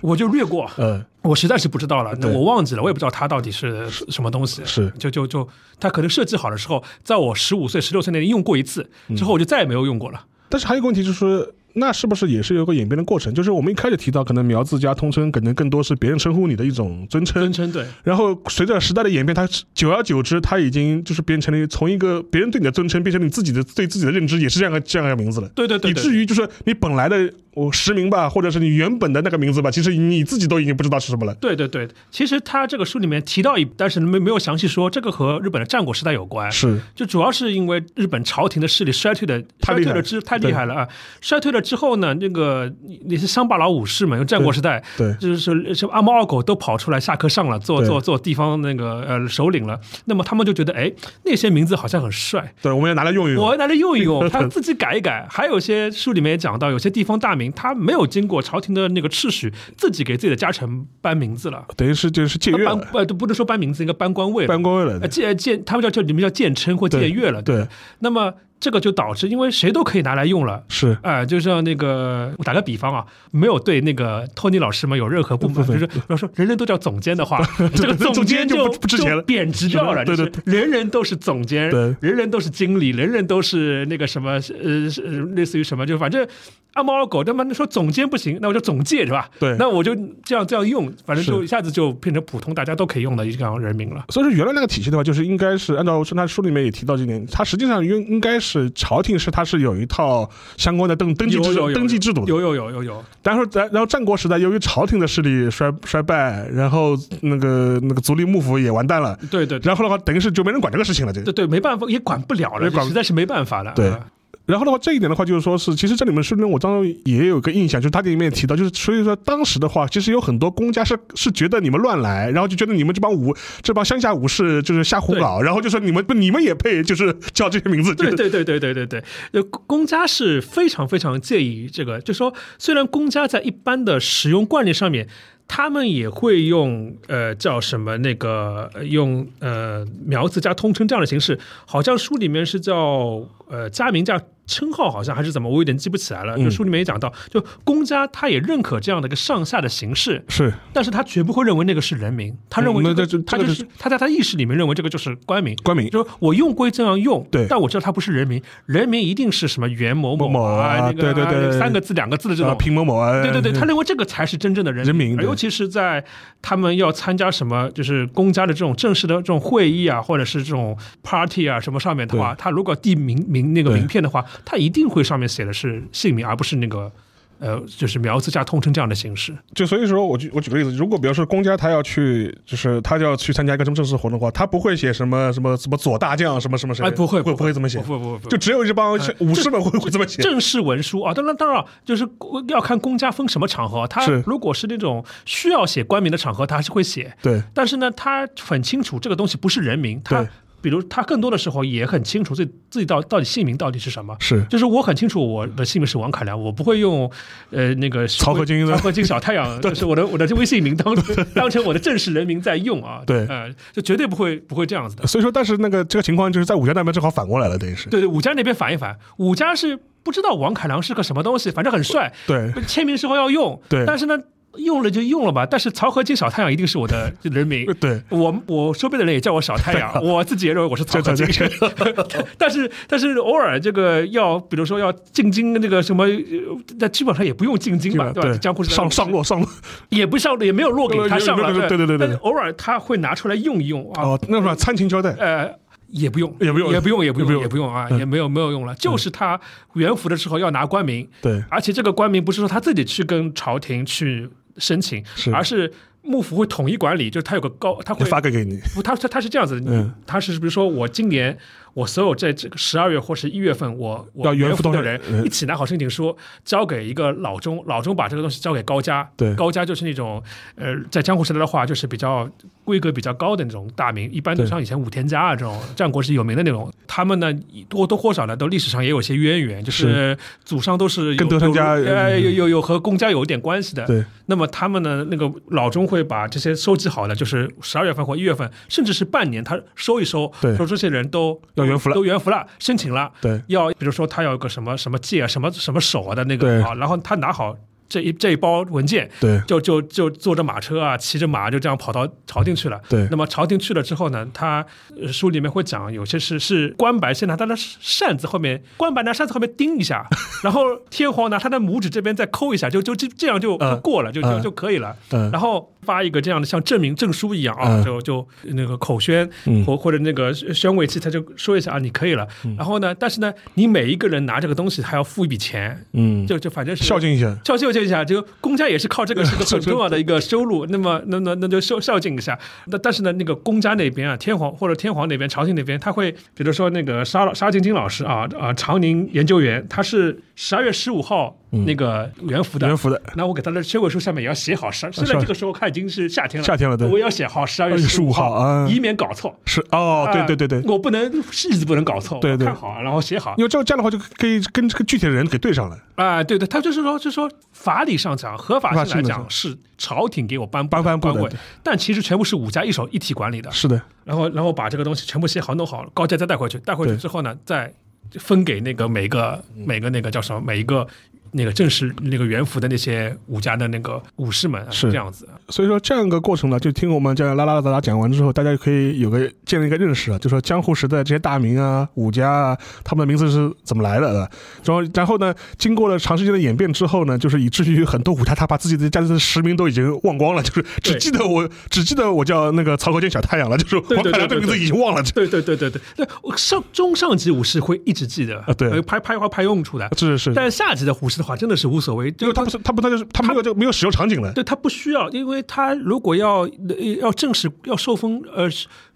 Speaker 2: 我就略过，
Speaker 1: 呃
Speaker 2: 我实在是不知道了，那
Speaker 1: 对
Speaker 2: 我忘记了，我也不知道它到底是什么东西。
Speaker 1: 是
Speaker 2: 就就就，它可能设计好了之后，在我十五岁、十六岁那年用过一次，
Speaker 1: 嗯
Speaker 2: 之后我就再也没有用过了。
Speaker 1: 但是还有一个问题就是说，那是不是也是有个演变的过程？就是我们一开始提到，可能苗字加通称，可能更多是别人称呼你的一种尊称
Speaker 2: 尊。称对，
Speaker 1: 然后随着时代的演变，它久而久之，它已经就是变成了从一个别人对你的尊称，变成你自己的对自己的认知，也是这样个这样个名字了。
Speaker 2: 对对对
Speaker 1: 以
Speaker 2: 对
Speaker 1: 至于就是你本来的我实名吧，或者是你原本的那个名字吧，其实你自己都已经不知道是什么了。
Speaker 2: 对对对，其实他这个书里面提到一，但是没没有详细说，这个和日本的战国时代有关。
Speaker 1: 是
Speaker 2: 就主要是因为日本朝廷的势力衰退的
Speaker 1: 太
Speaker 2: 衰
Speaker 1: 厉害
Speaker 2: 退了之太厉害了啊！衰退了之后呢，那个那些乡巴佬武士们，有战国时代，
Speaker 1: 对
Speaker 2: 就是什么阿猫阿狗都跑出来下课上了，做
Speaker 1: 对
Speaker 2: 做做地方那个呃首领了。那么他们就觉得，哎，那些名字好像很帅，
Speaker 1: 对，我们要拿来用一用。
Speaker 2: 我拿来用 一用，他自己改一改。还有一些书里面也讲到，有些地方大名他没有经过朝廷的那个敕许，自己给自己的家臣搬名字了，
Speaker 1: 等于是就是借阅
Speaker 2: 搬
Speaker 1: 了，
Speaker 2: 呃都不能说搬名字，应该搬官位了。
Speaker 1: 办公位了
Speaker 2: 呃，。建建，他们叫叫你们叫建称或建越了，吧
Speaker 1: 对，
Speaker 2: 那么这个就导致，因为谁都可以拿来用了。
Speaker 1: 是
Speaker 2: 啊、就像那个，我打个比方啊，没有对那个托尼老师们有任何不满，就是比如说人人都叫总监的话，这个
Speaker 1: 总监
Speaker 2: 监
Speaker 1: 就
Speaker 2: 就
Speaker 1: 不不值钱了
Speaker 2: 就贬值掉了。
Speaker 1: 对对
Speaker 2: 就是人人都是总监，
Speaker 1: 对
Speaker 2: 人人都是经理，人人都是那个什么，呃，是呃类似于什么，就反正阿猫阿狗，他妈说总监不行，那我就总介是吧？
Speaker 1: 对
Speaker 2: 那我就这样这样用，反正就是一下子就变成普通大家都可以用的一个人名了。
Speaker 1: 所以说原来那个体系的话，就是应该是按照生他书里面也提到这点，它实际上应应该是朝廷是它是有一套相关的登登记
Speaker 2: 有
Speaker 1: 制
Speaker 2: 有有
Speaker 1: 登记制度的。
Speaker 2: 有有有有有，
Speaker 1: 然后然然后战国时代由于朝廷的势力衰衰败，然后那个那个足利幕府也完蛋了，
Speaker 2: 对对对
Speaker 1: 然后的话等于是就没人管这个事情了。这个
Speaker 2: 对对，没办法，也管不了
Speaker 1: 也
Speaker 2: 了，
Speaker 1: 管
Speaker 2: 实在是没办法了。
Speaker 1: 对
Speaker 2: 啊
Speaker 1: 然后的话，这一点的话，就是说是，其实这里面书中我当中也有一个印象，就是他这里面也提到，就是所以说当时的话，其实有很多公家是是觉得你们乱来，然后就觉得你们这帮武这帮乡下武士就是瞎胡搞，然后就说你们不你们也配就是叫这些名字，就
Speaker 2: 对
Speaker 1: 是
Speaker 2: 对对对对对对，呃，公公家是非常非常介意这个，就说虽然公家在一般的使用惯例上面，他们也会用呃叫什么那个呃用呃苗字加通称这样的形式，好像书里面是叫呃加名加。称号好像还是怎么，我有点记不起来了。
Speaker 1: 嗯
Speaker 2: 就书里面也讲到，就公家他也认可这样的一个上下的形式，
Speaker 1: 是
Speaker 2: 但是他绝不会认为那个是人名，他认为
Speaker 1: 嗯
Speaker 2: 这
Speaker 1: 那
Speaker 2: 个、
Speaker 1: 这这
Speaker 2: 他
Speaker 1: 这
Speaker 2: 就
Speaker 1: 个
Speaker 2: 是、
Speaker 1: 是
Speaker 2: 他在他意识里面认为这个就是官名，
Speaker 1: 官名
Speaker 2: 就是我用归这样用，
Speaker 1: 对
Speaker 2: 但我知道它不是人名，人名一定是什么袁某
Speaker 1: 某某啊
Speaker 2: 啊，那个
Speaker 1: 对对对
Speaker 2: 啊三个字两个字的这
Speaker 1: 啊
Speaker 2: 种。嗯
Speaker 1: 平某某啊，
Speaker 2: 对对对，他认为这个才是真正的人
Speaker 1: 人名对
Speaker 2: 尤其是在他们要参加什么，就是公家的这种正式的这种会议啊，或者是这种 party 啊什么上面的话，他如果递名名那个
Speaker 1: 对
Speaker 2: 名片的话，他一定会上面写的是姓名，而不是那个呃，就是苗字加通称这样的形式。
Speaker 1: 就所以说我举我举个例子，如果比如说公家他要去就是他要去参加一个什么正式活动的话，他不会写什么什么什么左大将什么什么谁，
Speaker 2: 哎不会
Speaker 1: 会不会这么写
Speaker 2: 不，不不不，
Speaker 1: 就只有这帮武士们会会这么写，
Speaker 2: 正式文书啊，当然当然啊，就是要看公家分什么场合。他
Speaker 1: 是
Speaker 2: 如果是那种需要写官名的场合，他还是会写。
Speaker 1: 对
Speaker 2: 但是呢，他很清楚这个东西不是人名，他
Speaker 1: 对
Speaker 2: 比如他更多的时候也很清楚自己自己到到底姓名到底是什么。
Speaker 1: 是
Speaker 2: 就是我很清楚我的姓名是王凯良，我不会用，呃，那个
Speaker 1: 曹和金的
Speaker 2: 曹和金小 太阳，就是我的我的微信名当成当成我的正式人名在用啊，
Speaker 1: 对
Speaker 2: 呃，就绝对不会不会这样子的。
Speaker 1: 所以说，但是那个这个情况就是在武家那边正好反过来了，等于是。
Speaker 2: 对对，武家那边反一反，武家是不知道王凯良是个什么东西，反正很帅，
Speaker 1: 对
Speaker 2: 签名时候要用，
Speaker 1: 对
Speaker 2: 但是呢，用了就用了吧。但是曹和金小太阳一定是我的人 名。
Speaker 1: 对，
Speaker 2: 我我周边的人也叫我小太阳， 我自己也认为我是曹和金
Speaker 1: 这，
Speaker 2: 但是但是偶尔这个要，比如说要进京那个什么，呃那基本上也不用进京吧，对吧？江湖时代
Speaker 1: 上上落上落
Speaker 2: 也不上，也没有落给他上了，
Speaker 1: 对对对对对对
Speaker 2: 但是偶尔他会拿出来用一用啊，
Speaker 1: 哦，那什么参勤交代
Speaker 2: 呃，也不用，
Speaker 1: 也不用
Speaker 2: 也不用，也不
Speaker 1: 也不
Speaker 2: 用，
Speaker 1: 用
Speaker 2: 也不用啊，
Speaker 1: 嗯
Speaker 2: 也没有没有用了。就是他元服的时候要拿官名，
Speaker 1: 对，
Speaker 2: 而且这个官名不是说他自己去跟朝廷去申请，
Speaker 1: 是
Speaker 2: 而是幕府会统一管理，就是他有个高，他会
Speaker 1: 发给给你，
Speaker 2: 不，他他他是这样子的，你
Speaker 1: 嗯
Speaker 2: 他是比如说我今年我所有在这个十二月或是一月份，我我
Speaker 1: 要原
Speaker 2: 原
Speaker 1: 副
Speaker 2: 服的
Speaker 1: 同仁
Speaker 2: 人
Speaker 1: 嗯
Speaker 2: 一起拿好申请书，交给一个老钟，老钟把这个东西交给高家，
Speaker 1: 对
Speaker 2: 高家就是那种呃，在江湖时代的话，就是比较规格比较高的那种大名，一般都
Speaker 1: 对
Speaker 2: 像以前武田家啊这种战国时有名的那种，他们呢多多或少呢都历史上也有些渊源，就是祖上都是有
Speaker 1: 跟德川家
Speaker 2: 有呃
Speaker 1: 嗯
Speaker 2: 有有有和公家有一点关系的，
Speaker 1: 对，
Speaker 2: 那么他们呢，那个老钟会把这些收集好的，就是十二月份或一月份，甚至是半年，他收一收，
Speaker 1: 对
Speaker 2: 说这些人都
Speaker 1: 要元服了
Speaker 2: 都元服了，申请了，
Speaker 1: 对，
Speaker 2: 要比如说他有个什么什么戒啊，什么什么手啊的那
Speaker 1: 对
Speaker 2: 个啊，然后他拿好这一这一包文件，
Speaker 1: 对，
Speaker 2: 就就就坐着马车啊，骑着马就这样跑到朝廷去了。
Speaker 1: 对
Speaker 2: 那么朝廷去了之后呢，他呃书里面会讲，有些是是官白先拿他的扇子后面，官白拿扇子后面钉一 下，然后天皇拿他的拇指这边再抠一下，就就这这样就
Speaker 1: 嗯
Speaker 2: 就过了，就就
Speaker 1: 嗯
Speaker 2: 就可以了。
Speaker 1: 嗯
Speaker 2: 然后发一个这样的像证明证书一样啊，
Speaker 1: 嗯
Speaker 2: 就就那个口宣
Speaker 1: 嗯
Speaker 2: 或或者那个宣慰期，他就说一下啊，你可以了。然后呢，但是呢，你每一个人拿这个东西还要付一笔钱，
Speaker 1: 嗯，
Speaker 2: 就就反正是
Speaker 1: 孝敬一下，
Speaker 2: 孝敬一下，这个公家也是靠这个是个很重要的一个收入。那么， 那那那就孝孝敬一下。那但是呢，那个公家那边啊，天皇或者天皇那边，朝廷那边，他会比如说那个沙老沙晶晶老师啊啊，长宁研究员，他是十二月十五号那个元服的。
Speaker 1: 元服的，
Speaker 2: 那我给他的宣慰书上面也要写好十，虽然这个时候他已经是夏天了，
Speaker 1: 夏天了对
Speaker 2: 我也要写好十二月
Speaker 1: 15
Speaker 2: 五
Speaker 1: 号啊
Speaker 2: 以免搞错。
Speaker 1: 是哦，
Speaker 2: 啊
Speaker 1: 对对对对，
Speaker 2: 我不能日子不能搞错，
Speaker 1: 对对
Speaker 2: 我看好，然后写好
Speaker 1: 因为这样这样的话就可以跟这个具体的人给对上了，
Speaker 2: 啊，对对，他就是说，就是说法理上讲，合法
Speaker 1: 合法
Speaker 2: 性
Speaker 1: 性
Speaker 2: 来
Speaker 1: 的
Speaker 2: 讲是朝廷给我颁
Speaker 1: 颁
Speaker 2: 颁
Speaker 1: 颁布的
Speaker 2: 官位
Speaker 1: 对，
Speaker 2: 但其实全部是武家一手一体管理的，
Speaker 1: 是的，
Speaker 2: 然后然后把这个东西全部写好弄好，高价再带回去，带回去
Speaker 1: 对
Speaker 2: 之后呢，再分给那个每个
Speaker 1: 嗯
Speaker 2: 每个那个叫什么每一个。那个正式那个元服的那些武家的那个武士们啊
Speaker 1: 是
Speaker 2: 这样子，
Speaker 1: 所以说这样一个过程呢，就听我们这样拉拉杂杂讲完之后，大家可以有个建立一个认识啊，就说江户时代这些大名啊、武家啊，他们的名字是怎么来的啊？然后，然后呢，经过了长时间的演变之后呢，就是以至于很多武家他把自己的家族的实名都已经忘光了，就是只
Speaker 2: 对
Speaker 1: 记得我只记得我叫那个曹和建小太阳了，就是
Speaker 2: 对
Speaker 1: 我
Speaker 2: 对
Speaker 1: 把
Speaker 2: 对
Speaker 1: 这
Speaker 2: 对
Speaker 1: 名字
Speaker 2: 对
Speaker 1: 已经忘了，
Speaker 2: 对对对对对对，我上中上级武士会一直记得
Speaker 1: 啊对
Speaker 2: 呃派派派派用处的，
Speaker 1: 这是是，
Speaker 2: 但是下级的武士的话真的是无所谓，
Speaker 1: 因
Speaker 2: 就
Speaker 1: 为他不是他不他就是他没有这个没有使用场景了，
Speaker 2: 对他不需要，因为他如果要呃要正式要受封呃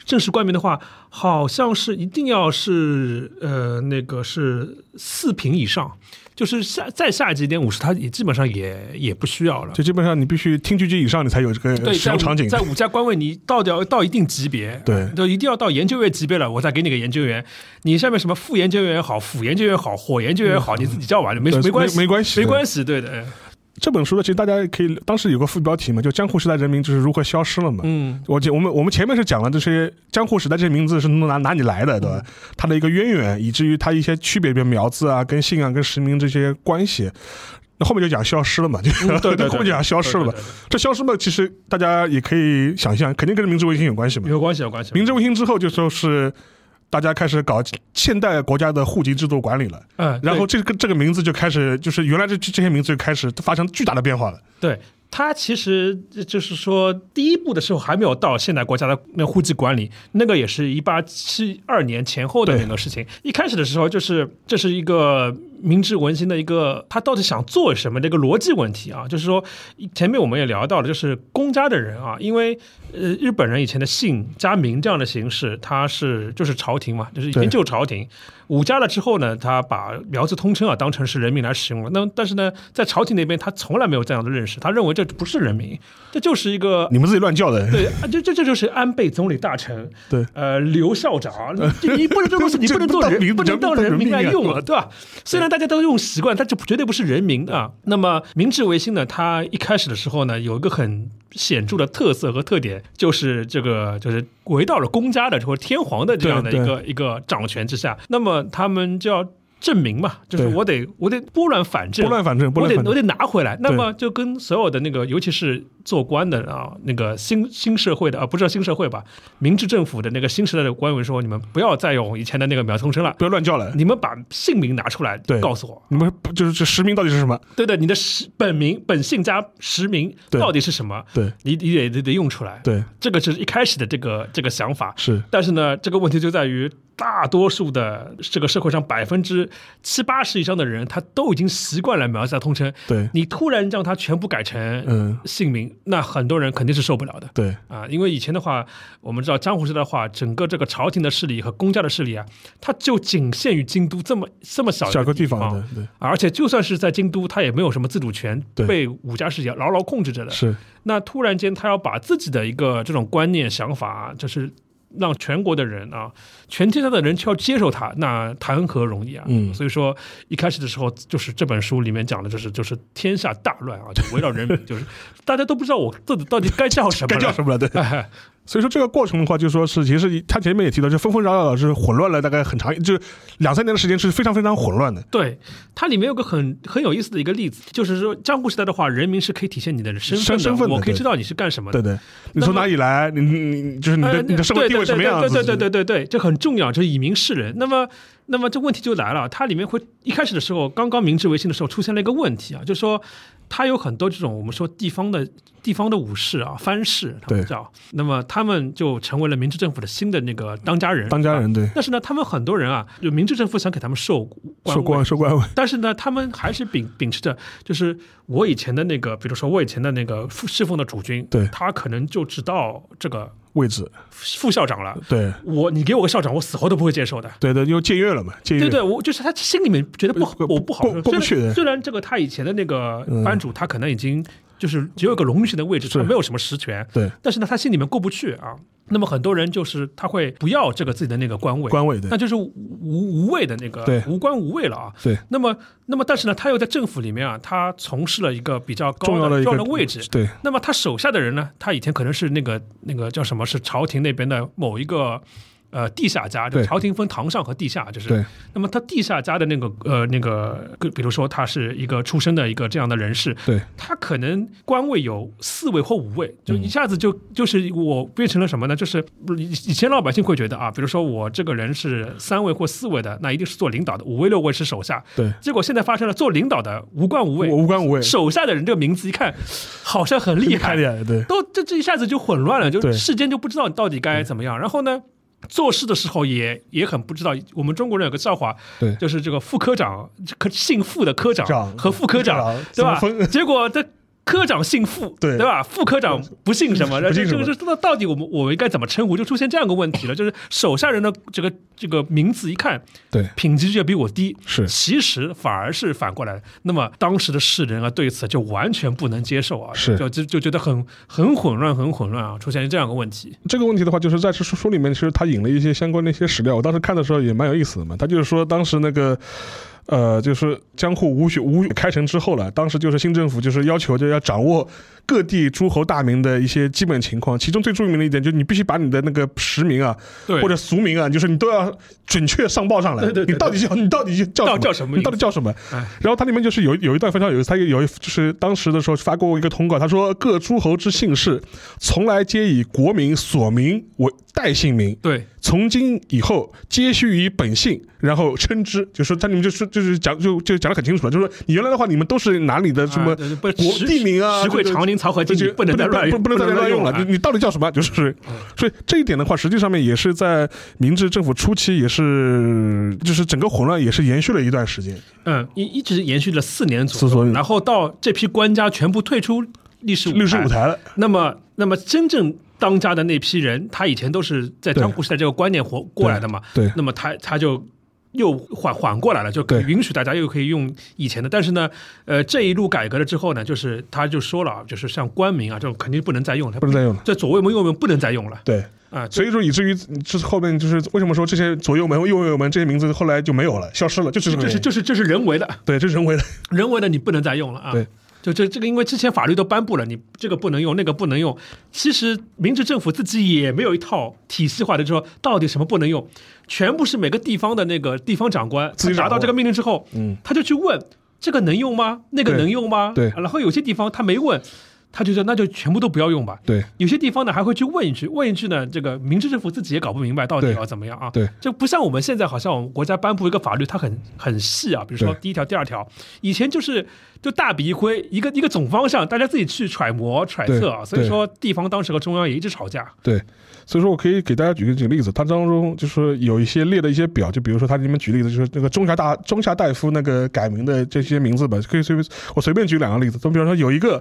Speaker 2: 正式冠名的话，好像是一定要是呃那个是四品以上，就是下再下级一点五十，他也基本上也也不需要了。
Speaker 1: 就基本上你必须厅居级以上你才有这个
Speaker 2: 对，
Speaker 1: 使
Speaker 2: 在
Speaker 1: 用
Speaker 2: 武
Speaker 1: 场景，
Speaker 2: 在武家官位，你到掉到一定级别，
Speaker 1: 对
Speaker 2: 就一定要到研究员级别了，我再给你个研究员。你下面什么副研究员也好，辅研究员也好，火研究员也好，你自己叫完了，没
Speaker 1: 对
Speaker 2: 没关系，
Speaker 1: 没没关系
Speaker 2: 没关系，对的，
Speaker 1: 这本书呢，其实大家可以当时有个副标题嘛，就江户时代人民就是如何消失了嘛。
Speaker 2: 嗯，
Speaker 1: 我记我们我们前面是讲了这些江户时代这些名字是哪哪里来的，对吧？它的一个渊源，以至于它一些区别，比如苗字啊、跟姓啊、跟实名这些关系。那后面就讲消失了嘛，就、
Speaker 2: 嗯对对对
Speaker 1: 后面就讲消失了嘛。
Speaker 2: 对对对
Speaker 1: 这消失嘛，其实大家也可以想象，肯定跟明治维新有关系嘛
Speaker 2: 嗯对。有关系有关系，
Speaker 1: 明治维新之后，就说是大家开始搞现代国家的户籍制度管理了，
Speaker 2: 嗯，
Speaker 1: 然
Speaker 2: 对
Speaker 1: 后这个这个名字就开始，就是原来这这些名字就开始发生巨大的变化了。
Speaker 2: 对。他其实呃就是说，第一步的时候还没有到现代国家的那户籍管理，那个也是一八七二年前后的
Speaker 1: 对
Speaker 2: 那个事情。一开始的时候，就是这是一个明治维新的一个他到底想做什么的一个逻辑问题啊，就是说前面我们也聊到了，就是公家的人啊，因为呃日本人以前的姓加名这样的形式，他是就是朝廷嘛，就是以
Speaker 1: 对
Speaker 2: 前旧朝廷，武家了之后呢，他把苗字通称啊当成是人民来使用了。那么但是呢，在朝廷那边他从来没有这样的认识，他认为这不是人民，这就是一个。
Speaker 1: 你们自己乱叫的。
Speaker 2: 对，啊这这这就是安倍总理大臣，
Speaker 1: 对
Speaker 2: 呃，刘校长，你你不能这东西，你不能做
Speaker 1: 这
Speaker 2: 人，
Speaker 1: 不当民不
Speaker 2: 不能当
Speaker 1: 能当
Speaker 2: 人民来
Speaker 1: 人民啊
Speaker 2: 用了，对吧？虽然大家都用习惯，但这绝对不是人民啊。那么明治维新呢，它一开始的时候呢，有一个很显著的特色和特点，就是这个就是回到了公家的或者天皇的这样的
Speaker 1: 对
Speaker 2: 一
Speaker 1: 对
Speaker 2: 个一个掌权之下，那么他们就要。证明嘛，就是
Speaker 1: 对
Speaker 2: 我得我得拨乱反正，
Speaker 1: 拨乱反正，拨乱
Speaker 2: 我得
Speaker 1: 反
Speaker 2: 我
Speaker 1: 正。
Speaker 2: 得拿回来。那
Speaker 1: 对
Speaker 2: 么就跟所有的那个，尤其是做官的啊，那个新新社会的啊，不知道新社会吧，明治政府的那个新时代的官员说，你们不要再用以前的那个苗通称了。
Speaker 1: 不要乱叫了。
Speaker 2: 你们把姓名拿出来
Speaker 1: 对，
Speaker 2: 告诉我。
Speaker 1: 你们不就是这实名到底是什么？
Speaker 2: 对的，你的实本名、本姓加实名
Speaker 1: 对
Speaker 2: 到底是什么？
Speaker 1: 对
Speaker 2: 你你得得得用出来。
Speaker 1: 对，
Speaker 2: 这个就是一开始的这个这个想法。
Speaker 1: 是
Speaker 2: 但是呢，这个问题就在于大多数的这个社会上百分之七八十以上的人，他都已经习惯了苗字通称。
Speaker 1: 对，
Speaker 2: 你突然让他全部改成
Speaker 1: 嗯，
Speaker 2: 姓名，那很多人肯定是受不了的
Speaker 1: 对，
Speaker 2: 啊！因为以前的话，我们知道江湖时代的话，整个这个朝廷的势力和公家的势力啊，它就仅限于京都这么这么小
Speaker 1: 小
Speaker 2: 个
Speaker 1: 个地方的，对，
Speaker 2: 而且就算是在京都，他也没有什么自主权，
Speaker 1: 对
Speaker 2: 被武家势力牢牢控制着的。
Speaker 1: 是，
Speaker 2: 那突然间，他要把自己的一个这种观念、想法，就是让全国的人啊，全天下的人去要接受他，那谈何容易啊！
Speaker 1: 嗯
Speaker 2: 所以说一开始的时候，就是这本书里面讲的，就是就是天下大乱 啊，就围绕人民，就是大家都不知道我到底到底该叫什么，
Speaker 1: 该叫
Speaker 2: 么。
Speaker 1: 什么了？对，
Speaker 2: 哎，
Speaker 1: 所以说这个过程的话，就说是其实他前面也提到，就纷纷扰扰是混乱了大概很长，就是两三年的时间是非常非常混乱的。
Speaker 2: 对，它里面有个很很有意思的一个例子，就是说江湖时代的话，人民是可以体现你的身份的，
Speaker 1: 身份的
Speaker 2: 我可
Speaker 1: 对
Speaker 2: 以知道你是干什么的
Speaker 1: 对。对，你从哪里来？你你你就是你
Speaker 2: 呃
Speaker 1: 的你的社会地位什么样啊子？
Speaker 2: 对对对对对对对，这很重要，就是以民示人。那么，那么这问题就来了，它里面会一开始的时候，刚刚明治维新的时候出现了一个问题啊，就是说它有很多这种我们说地方的地方的武士啊、藩士，他们
Speaker 1: 对
Speaker 2: 叫，那么他们就成为了明治政府的新的那个当家人，
Speaker 1: 当家人对，
Speaker 2: 但是呢，他们很多人啊，就明治政府想给他们授
Speaker 1: 说
Speaker 2: 官位
Speaker 1: 官说官位，
Speaker 2: 但是呢，他们还是秉秉持着，就是我以前的那个，比如说我以前的那个侍侍奉的主君，
Speaker 1: 对
Speaker 2: 他可能就只到这个
Speaker 1: 位置，
Speaker 2: 副校长了。
Speaker 1: 对
Speaker 2: 我你给我个校长，我死活都不会接受的。
Speaker 1: 对对，因为借阅了嘛，借阅
Speaker 2: 对对，我就是他心里面觉得不好，
Speaker 1: 过
Speaker 2: 我不好
Speaker 1: 过
Speaker 2: 受。
Speaker 1: 过嗯不
Speaker 2: 虽
Speaker 1: 去
Speaker 2: 然
Speaker 1: 的
Speaker 2: 虽然这个他以前的那个
Speaker 1: 嗯
Speaker 2: 班主，他可能已经就是只有一个荣誉性的位置，
Speaker 1: 是
Speaker 2: 他没有什么实权，
Speaker 1: 对
Speaker 2: 但是呢，他心里面过不去啊。那么很多人就是他会不要这个自己的那个官位，
Speaker 1: 官位对
Speaker 2: 那就是无无无谓的那个
Speaker 1: 对
Speaker 2: 无官无位了啊。
Speaker 1: 对，
Speaker 2: 那么，那么但是呢，他又在政府里面啊，他从事了一个比较高
Speaker 1: 重要
Speaker 2: 的
Speaker 1: 一个
Speaker 2: 的位置。
Speaker 1: 对
Speaker 2: 那么他手下的人呢，他以前可能是那个那个叫什么，是朝廷那边的某一个呃地下家，就
Speaker 1: 对
Speaker 2: 朝廷分堂上和地下，就是
Speaker 1: 对
Speaker 2: 那么他地下家的那个呃那个，个比如说他是一个出身的一个这样的人士，
Speaker 1: 对，
Speaker 2: 他可能官位有四位或五位，就
Speaker 1: 嗯
Speaker 2: 一下子就、就是我变成了什么呢？就是以以前老百姓会觉得啊，比如说我这个人是三位或四位的，那一定是做领导的，五位六位是手下。
Speaker 1: 对，
Speaker 2: 结果现在发生了做领导的无官无位，
Speaker 1: 我无官无位，
Speaker 2: 手下的人这个名字一看好像很厉害，
Speaker 1: 点对
Speaker 2: 都这这一下子就混乱了，就
Speaker 1: 对
Speaker 2: 世间就不知道你到底该怎么样。然后呢，做事的时候也也很不知道。我们中国人有个笑话，
Speaker 1: 对
Speaker 2: 就是这个副科长，科姓傅的科长
Speaker 1: 长
Speaker 2: 和副科长，对
Speaker 1: 怎么
Speaker 2: 吧
Speaker 1: 分？
Speaker 2: 结果这。科长姓傅，
Speaker 1: 对
Speaker 2: 吧？副科长不姓什么？
Speaker 1: 不姓什
Speaker 2: 这这
Speaker 1: 么
Speaker 2: 个这到底我们我们应该怎么称呼？就出现这样一个问题了，就是手下人的这个这个名字一看，
Speaker 1: 对
Speaker 2: 品级就比我低，
Speaker 1: 是
Speaker 2: 其实反而是反过来的。那么当时的世人啊，对此就完全不能接受啊，
Speaker 1: 是
Speaker 2: 就就就觉得很很混乱，很混乱啊，出现这样一个问题。
Speaker 1: 这个问题的话，就是在书书里面，其实他引了一些相关的一些史料，我当时看的时候也蛮有意思的嘛。他就是说，当时那个。呃，就是江户武学武开城之后了，当时就是新政府就是要求就要掌握各地诸侯大名的一些基本情况，其中最著名的一点就是你必须把你的那个实名啊
Speaker 2: 对
Speaker 1: 或者俗名啊，就是你都要准确上报上来，
Speaker 2: 对对对对
Speaker 1: 你到底叫你到底叫
Speaker 2: 到叫什么
Speaker 1: 你到底叫什么？
Speaker 2: 哎
Speaker 1: 然后它里面就是有有一段非常有意思，它有一就是当时的时候发过一个通告，他说各诸侯之姓氏，从来皆以国名所名为代姓名，
Speaker 2: 对
Speaker 1: 从今以后皆须以本姓，然后称之。就是它里面就是就是讲就就讲的很清楚了，就是说你原来的话，你们都是哪里的什么
Speaker 2: 啊对对不
Speaker 1: 国
Speaker 2: 实
Speaker 1: 地名啊，
Speaker 2: 实惠
Speaker 1: 哎对对
Speaker 2: 长宁漕河泾，
Speaker 1: 就
Speaker 2: 你不能再乱
Speaker 1: 不不能再乱用了。
Speaker 2: 啊
Speaker 1: 你你到底叫什么？就是，所以这一点的话，实际上面也是在明治政府初期，也是就是整个混乱也是延续了一段时间。
Speaker 2: 嗯，一一直延续了四年左
Speaker 1: 四
Speaker 2: 右，
Speaker 1: 左右
Speaker 2: 然后到这批官家全部退出历史
Speaker 1: 历史舞台了，
Speaker 2: 那么，那么真正当家的那批人，他以前都是在
Speaker 1: 对
Speaker 2: 江湖时代这个观念活过来的嘛。
Speaker 1: 对
Speaker 2: 那么他他就又缓缓过来了，就可以
Speaker 1: 对
Speaker 2: 允许大家又可以用以前的。但是呢，呃，这一路改革了之后呢，就是他就说了啊，就是像官名啊这种肯定不能再用了
Speaker 1: 不，能再用了。
Speaker 2: 这左卫门右卫门不能再用了
Speaker 1: 对，
Speaker 2: 啊。
Speaker 1: 所以说以至于就是后面就是为什么说这些左右门、右右门这些名字后来就没有了，消失了，就只
Speaker 2: 这
Speaker 1: 是
Speaker 2: 这是这是这是人为的，
Speaker 1: 对，这是人为的。
Speaker 2: 人为的你不能再用了啊。
Speaker 1: 对。
Speaker 2: 就这这个，因为之前法律都颁布了，你这个不能用，那个不能用。其实明治政府自己也没有一套体系化的，就说到底什么不能用，全部是每个地方的那个地方长官
Speaker 1: 自己
Speaker 2: 他拿
Speaker 1: 掌
Speaker 2: 到
Speaker 1: 握
Speaker 2: 这个命令之后，
Speaker 1: 嗯，
Speaker 2: 他就去问这个能用吗？那个
Speaker 1: 对
Speaker 2: 能用吗？
Speaker 1: 对
Speaker 2: 然后有些地方他没问，他觉得那就全部都不要用吧。
Speaker 1: 对，
Speaker 2: 有些地方呢还会去问一句，问一句呢，这个明治政府自己也搞不明白到底
Speaker 1: 对
Speaker 2: 要怎么样啊。
Speaker 1: 对，
Speaker 2: 就不像我们现在好像我们国家颁布一个法律，它很很细啊，比如说
Speaker 1: 对
Speaker 2: 第一条、第二条，以前就是就大笔一挥，一个一个总方向，大家自己去揣摩揣测啊。
Speaker 1: 对
Speaker 2: 所以说地方当时和中央也一直吵架。
Speaker 1: 对，所以说我可以给大家举个举个例子，它当中就是有一些列的一些表，就比如说它里面举例子，就是那个中峡大中峡大夫那个改名的这些名字吧，可以随便我随便举两个例子，就比如说有一个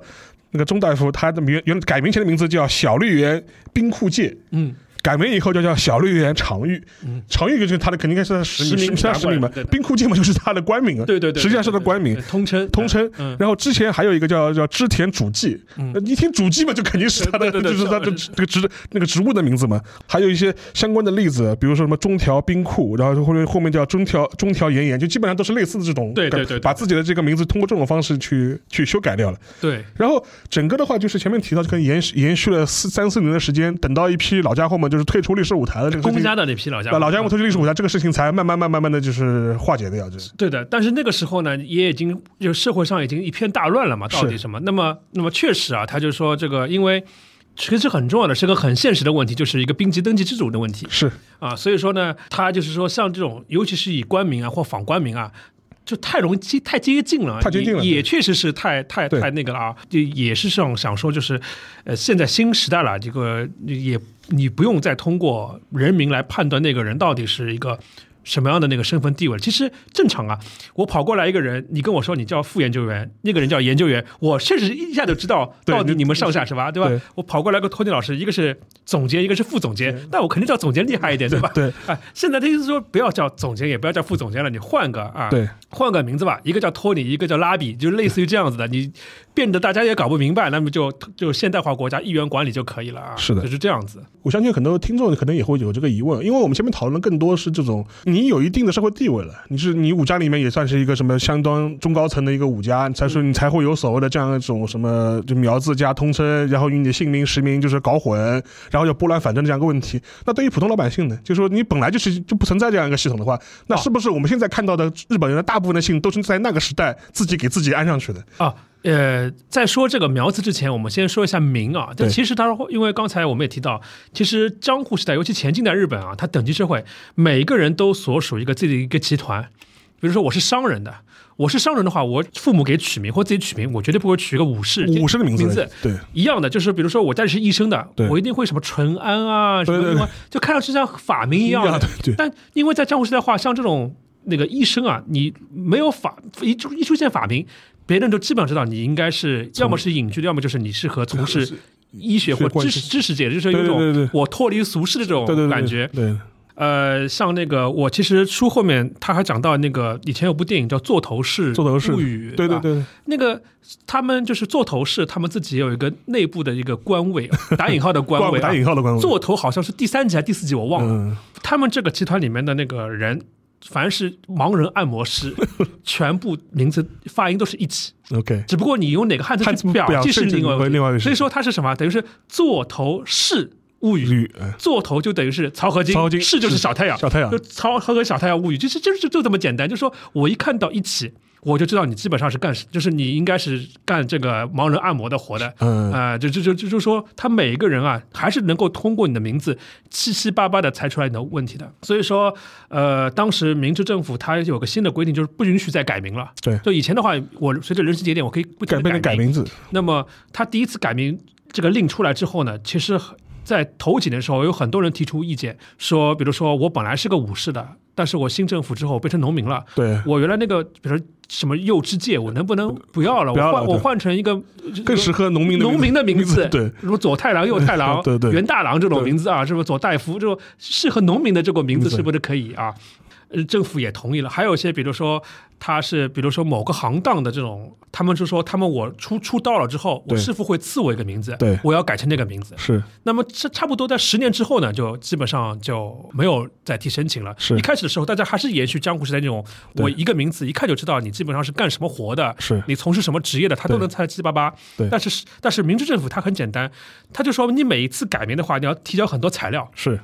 Speaker 1: 那个钟大夫，他的名原改名前的名字叫小绿园冰库介。
Speaker 2: 嗯，
Speaker 1: 改名以后就叫小绿园常玉，常玉就是他的肯定应该是他的实
Speaker 2: 实
Speaker 1: 名，
Speaker 2: 名
Speaker 1: 是他实名吧
Speaker 2: 对？的
Speaker 1: 冰库介嘛就是他的官名啊，
Speaker 2: 对对对，
Speaker 1: 实际上是他的官名
Speaker 2: 对，对通称
Speaker 1: 通称
Speaker 2: 嗯。
Speaker 1: 然后之前还有一个叫叫织田主纪，呃一听主纪嘛，就肯定是他的，
Speaker 2: 对对对
Speaker 1: 就是他的
Speaker 2: 对
Speaker 1: 这个职那个职务的名字嘛。还有一些相关的例子，比如说什么中条兵库，然后后面后面叫中条中条岩岩，就基本上都是类似的这种，
Speaker 2: 对对对对
Speaker 1: 把自己的这个名字通过这种方式去去修改掉了。
Speaker 2: 对
Speaker 1: 然后整个的话就是前面提到，就跟延续延续了四三四年的时间，等到一批老家伙们就是退出历史舞台了，这个事
Speaker 2: 公
Speaker 1: 情
Speaker 2: 家的那批老家
Speaker 1: 啊
Speaker 2: 伙，
Speaker 1: 老家伙退出历史舞台，这个事情才慢慢慢慢慢的就是化解掉，就是
Speaker 2: 对的，但是那个时候呢，也已经就社会上已经一片大乱了嘛，
Speaker 1: 是
Speaker 2: 到底什么？那么，那么确实啊，他就说这个，因为其实很重要的是个很现实的问题，就是一个兵籍登记制度的问题
Speaker 1: 是
Speaker 2: 啊。所以说呢，他就是说像这种，尤其是以官名啊或仿官名啊。就太容易接太接近了，
Speaker 1: 太接近了
Speaker 2: 也
Speaker 1: 对
Speaker 2: 也确实是太太
Speaker 1: 对
Speaker 2: 太那个了啊！就也是想想说，就是，呃，现在新时代了，这个也你不用再通过人名来判断那个人到底是一个什么样的那个身份地位。其实正常啊，我跑过来一个人，你跟我说你叫副研究员，那个人叫研究员，我确实一下就知道
Speaker 1: 对
Speaker 2: 到底
Speaker 1: 你
Speaker 2: 你们上下是吧？对吧？
Speaker 1: 对
Speaker 2: 我跑过来个托尼老师，一个是总监，一个是副总监，那我肯定叫总监厉害一点，对吧？
Speaker 1: 对
Speaker 2: 哎，现在他就是说不要叫总监，也不要叫副总监了，你换个啊，
Speaker 1: 对，
Speaker 2: 换个名字吧，一个叫托尼，一个叫拉比，就类似于这样子的，你变得大家也搞不明白，那么就就现代化国家一元管理就可以了啊，
Speaker 1: 是的
Speaker 2: 就是这样子，
Speaker 1: 我相信很多听众可能也会有这个疑问，因为我们前面讨论的更多是这种你有一定的社会地位了，你是你武家里面也算是一个什么相当中高层的一个武家，才说你才会有所谓的这样一种什么就苗字加通称，然后与你的姓名实名就是搞混，然后要拨乱反正这样一个问题。那对于普通老百姓呢，就说你本来就是就不存在这样一个系统的话，那是不是我们现在看到的日本人的大部分的姓都是在那个时代自己给自己安上去的？
Speaker 2: 啊，呃，在说这个苗字之前，我们先说一下名啊。但
Speaker 1: 对
Speaker 2: 其实它因为刚才我们也提到，其实江户时代，尤其前近代日本啊，它等级社会，每个人都所属一个自己的一个集团。比如说我是商人的，我是商人的话，我父母给取名或自己取名，我绝对不会取一个武士。
Speaker 1: 武士的名字，
Speaker 2: 名字
Speaker 1: 对
Speaker 2: 一样的，就是比如说我家里是医生的
Speaker 1: 对，
Speaker 2: 我一定会什么淳安啊，什么
Speaker 1: 对对
Speaker 2: 什么，就看上去像法名一样的。
Speaker 1: 对
Speaker 2: 但因为在江湖时代话，像这种那个医生啊，你没有法一出一出现法名，别人就基本上知道你应该是要么是隐居的，要么就是你适合从事医学或
Speaker 1: 是关
Speaker 2: 知
Speaker 1: 系
Speaker 2: 识知识界的，就是有一
Speaker 1: 对对对
Speaker 2: 种
Speaker 1: 对
Speaker 2: 我脱离俗世的这种
Speaker 1: 对对对，
Speaker 2: 感觉。
Speaker 1: 对
Speaker 2: 呃，像那个我其实书后面他还讲到那个以前有部电影叫《座头市
Speaker 1: 座头市
Speaker 2: 物语》，
Speaker 1: 对对
Speaker 2: 吧
Speaker 1: 对，
Speaker 2: 那个他们就是座头市，他们自己也有一个内部的一个官位，打引号的官位、啊，
Speaker 1: 打引号的 官位，
Speaker 2: 座头好像是第三级还是第四级，我忘了。
Speaker 1: 嗯。
Speaker 2: 他们这个集团里面的那个人，凡是盲人按摩师， 全部名字发音都是一起，
Speaker 1: OK，
Speaker 2: 只不过你用哪个汉字
Speaker 1: 汉字
Speaker 2: 去
Speaker 1: 不表
Speaker 2: 记是
Speaker 1: 现这
Speaker 2: 另
Speaker 1: 个
Speaker 2: 外
Speaker 1: 另外一回事
Speaker 2: 所以说它是什么？等于是座头市物语。
Speaker 1: 吕呃
Speaker 2: 座头就等于是曹和金，
Speaker 1: 曹和金
Speaker 2: 市就是小太阳，
Speaker 1: 小太阳
Speaker 2: 就曹和小太阳物语，就是就是就就这么简单。就说我一看到一起，我就知道你基本上是干，就是你应该是干这个盲人按摩的活的。
Speaker 1: 嗯
Speaker 2: 啊，就就就就就说他每一个人啊，还是能够通过你的名字七七八八的猜出来你的问题的。所以说，呃，当时明治政府它有个新的规定，就是不允许再改名了。
Speaker 1: 对
Speaker 2: 就以前的话，我随着人生节点，我可以不
Speaker 1: 改
Speaker 2: 停地
Speaker 1: 变了改
Speaker 2: 名。
Speaker 1: 名字，
Speaker 2: 那么他第一次改名这个令出来之后呢，其实很在头几年的时候，有很多人提出意见，说，比如说我本来是个武士的，但是我新政府之后变成农民了，
Speaker 1: 对，
Speaker 2: 我原来那个，比如说什么幼之界，我能不能不要了？
Speaker 1: 不要了
Speaker 2: 我换我
Speaker 1: 对
Speaker 2: 换成一个
Speaker 1: 更适合农民的
Speaker 2: 农民的名字，
Speaker 1: 对，
Speaker 2: 什么左太郎、右太 郎、
Speaker 1: 对对
Speaker 2: 袁大郎这种
Speaker 1: 对
Speaker 2: 名字啊，是不是左大夫这种适合农民的这个名字
Speaker 1: 名字
Speaker 2: 是不是可以啊？呃，政府也同意了。还有一些，比如说他是，比如说某个行当的这种，他们就说他们我出出道了之后，我
Speaker 1: 对
Speaker 2: 师傅会赐我一个名字，
Speaker 1: 对
Speaker 2: 我要改成那个名字。
Speaker 1: 是
Speaker 2: 那么这差不多在十年之后呢，就基本上就没有再提申请了。
Speaker 1: 是
Speaker 2: 一开始的时候，大家还是延续江湖时代那种，
Speaker 1: 对
Speaker 2: 我一个名字一看就知道你基本上是干什么活的，
Speaker 1: 是
Speaker 2: 你从事什么职业的，他都
Speaker 1: 对
Speaker 2: 能猜七七八八。
Speaker 1: 对
Speaker 2: 但是但是明治政府它很简单，他就说你每一次改名的话，你要提交很多材料，
Speaker 1: 是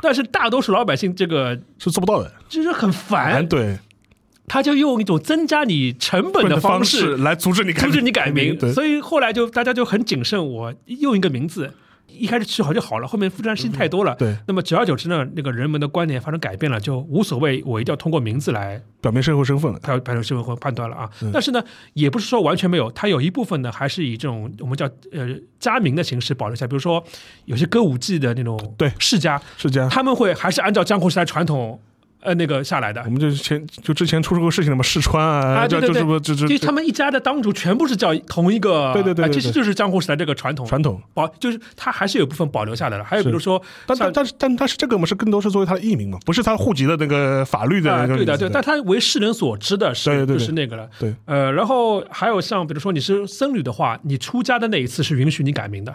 Speaker 2: 但是大多数老百姓这个
Speaker 1: 是做不到的，
Speaker 2: 哎
Speaker 1: 哎
Speaker 2: 就是很烦，
Speaker 1: 对
Speaker 2: 他就用一种增加你成本
Speaker 1: 的
Speaker 2: 的方式
Speaker 1: 式来阻止你改
Speaker 2: 阻
Speaker 1: 名，
Speaker 2: 止你改名，
Speaker 1: 对，
Speaker 2: 所以后来就大家就很谨慎，我用一个名字，一开始取好就好了，后面复杂事情太多了。
Speaker 1: 嗯对，
Speaker 2: 那么久而久之呢，那个人们的观念发生改变了，就无所谓，我一定要通过名字来
Speaker 1: 表明社会身份了。
Speaker 2: 判判断身份或判断了啊。
Speaker 1: 嗯
Speaker 2: 但是呢，也不是说完全没有，它有一部分呢还是以这种我们叫呃加名的形式保留下来，比如说有些歌舞伎的那种
Speaker 1: 对嗯
Speaker 2: 世家，
Speaker 1: 是这样。
Speaker 2: 他们会还是按照江湖时代传统呃那个下来的
Speaker 1: 我，们就是前就之前出出过事情的嘛，试穿啊，
Speaker 2: 啊
Speaker 1: 这
Speaker 2: 对
Speaker 1: 这
Speaker 2: 对对
Speaker 1: 这不这这
Speaker 2: 就是他们一家的当主全部是叫同一个，
Speaker 1: 对对对对
Speaker 2: 啊
Speaker 1: 对
Speaker 2: 其实就是江湖时代这个传统
Speaker 1: 传统，
Speaker 2: 保，就是它还是有部分保留下来了。还有比如说
Speaker 1: 但
Speaker 2: 像
Speaker 1: 但但是但但是这个嘛是更多是作为他的艺名嘛，不是他户籍的那个法律的
Speaker 2: 啊，
Speaker 1: 那个
Speaker 2: 对的
Speaker 1: 名字
Speaker 2: 对，但它为世人所知的是
Speaker 1: 对对对
Speaker 2: 就是那个了。
Speaker 1: 对，
Speaker 2: 呃，然后还有像比如说你是僧侣的话，你出家的那一次是允许你改名的，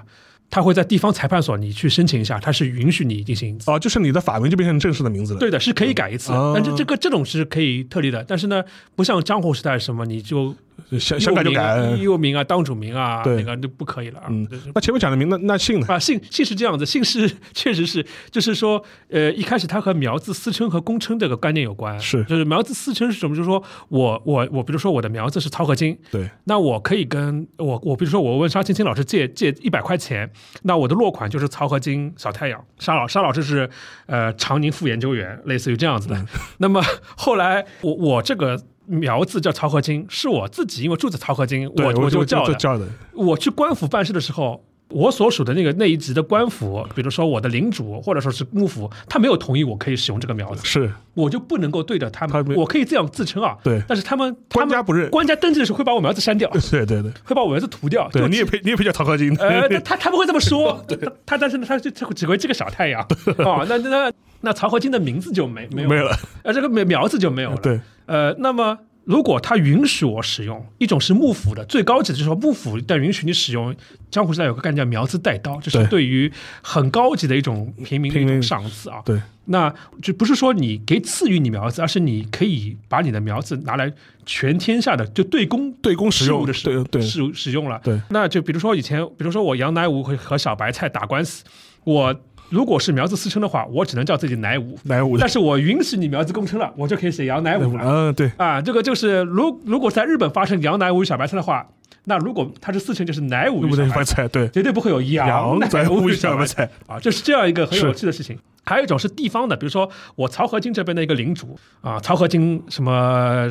Speaker 2: 他会在地方裁判所你去申请一下，他是允许你进行。
Speaker 1: 哦，就是你的法名就变成正式的名字了。
Speaker 2: 对的，是可以改一次，
Speaker 1: 啊
Speaker 2: 但是这个这种是可以特例的，但是呢，不像江湖时代什么你就
Speaker 1: 对，想想改就改。
Speaker 2: 幼名啊幼名啊、当主名啊，
Speaker 1: 对
Speaker 2: 那个就不可以了啊。
Speaker 1: 嗯
Speaker 2: 就是
Speaker 1: 那前面讲的名，那那姓呢？
Speaker 2: 啊，姓姓是这样子，姓氏确实是，就是说，呃，一开始它和苗字、私称和公称这个概念有关，
Speaker 1: 是
Speaker 2: 就是苗字、私称是什么？就是说我我我，比如说我的苗字是曹和金，
Speaker 1: 对，
Speaker 2: 那我可以跟我我比如说我问沙青青老师借借一百块钱，那我的落款就是曹和金小太阳，沙老沙老师是呃长宁副研究员，类似于这样子的。 那么后来我我这个。苗字叫曹和金，是我自己因为住在曹和金，
Speaker 1: 对
Speaker 2: 我
Speaker 1: 我
Speaker 2: 就叫
Speaker 1: 就
Speaker 2: 的。
Speaker 1: 叫的，
Speaker 2: 我去官府办事的时候，我所属的那个那一级的官府，比如说我的领主或者说是幕府，他没有同意我可以使用这个苗字，
Speaker 1: 是
Speaker 2: 我就不能够对着他
Speaker 1: 他
Speaker 2: 们
Speaker 1: 们，
Speaker 2: 我可以这样自称啊。
Speaker 1: 对
Speaker 2: 但是他们他
Speaker 1: 官
Speaker 2: 们
Speaker 1: 家不认。
Speaker 2: 官家登记的时候会把我苗字删掉，
Speaker 1: 对对对
Speaker 2: 会把我苗字涂掉。
Speaker 1: 对，
Speaker 2: 就
Speaker 1: 你也配你也配叫陶合金？
Speaker 2: 呃，他他他不会这么说，他他但是呢，他就他只会这个小太阳哦，那那那那曹和金的名字就没没有
Speaker 1: 没有了。
Speaker 2: 呃，这个苗苗字就没有了。
Speaker 1: 对，
Speaker 2: 呃，那么如果他允许我使用，一种是幕府的最高级的，就是说幕府但允许你使用。江湖时代有个概念叫苗字带刀，这是
Speaker 1: 对
Speaker 2: 对于很高级的一种平民的
Speaker 1: 平
Speaker 2: 一
Speaker 1: 民
Speaker 2: 种赏赐啊。
Speaker 1: 对，
Speaker 2: 那就不是说你给赐予你苗字，而是你可以把你的苗字拿来全天下的就对公
Speaker 1: 对公使
Speaker 2: 事
Speaker 1: 用
Speaker 2: 务的使
Speaker 1: 对对
Speaker 2: 使使用了。
Speaker 1: 对，
Speaker 2: 那就比如说以前，比如说我杨乃武和和小白菜打官司，我如果是苗字私称的话，我只能叫自己乃武，
Speaker 1: 来我
Speaker 2: 但是我允许你苗字共称了，我就可以写杨乃武了。
Speaker 1: 嗯对
Speaker 2: 啊，这个就是如如果在日本发生杨乃武与小白菜的话，那如果它是四成，就是乃武
Speaker 1: 对
Speaker 2: 与
Speaker 1: 不
Speaker 2: 小
Speaker 1: 对？
Speaker 2: 白
Speaker 1: 白
Speaker 2: 菜，
Speaker 1: 菜对
Speaker 2: 绝对不会有杨
Speaker 1: 羊
Speaker 2: 乃
Speaker 1: 仔
Speaker 2: 武
Speaker 1: 乌
Speaker 2: 与
Speaker 1: 小
Speaker 2: 小
Speaker 1: 白
Speaker 2: 白菜
Speaker 1: 菜
Speaker 2: 啊，这是这样一个很有
Speaker 1: 是
Speaker 2: 趣的事情。还有一种是地方的，比如说我曹和金这边的一个领主啊，曹和金什么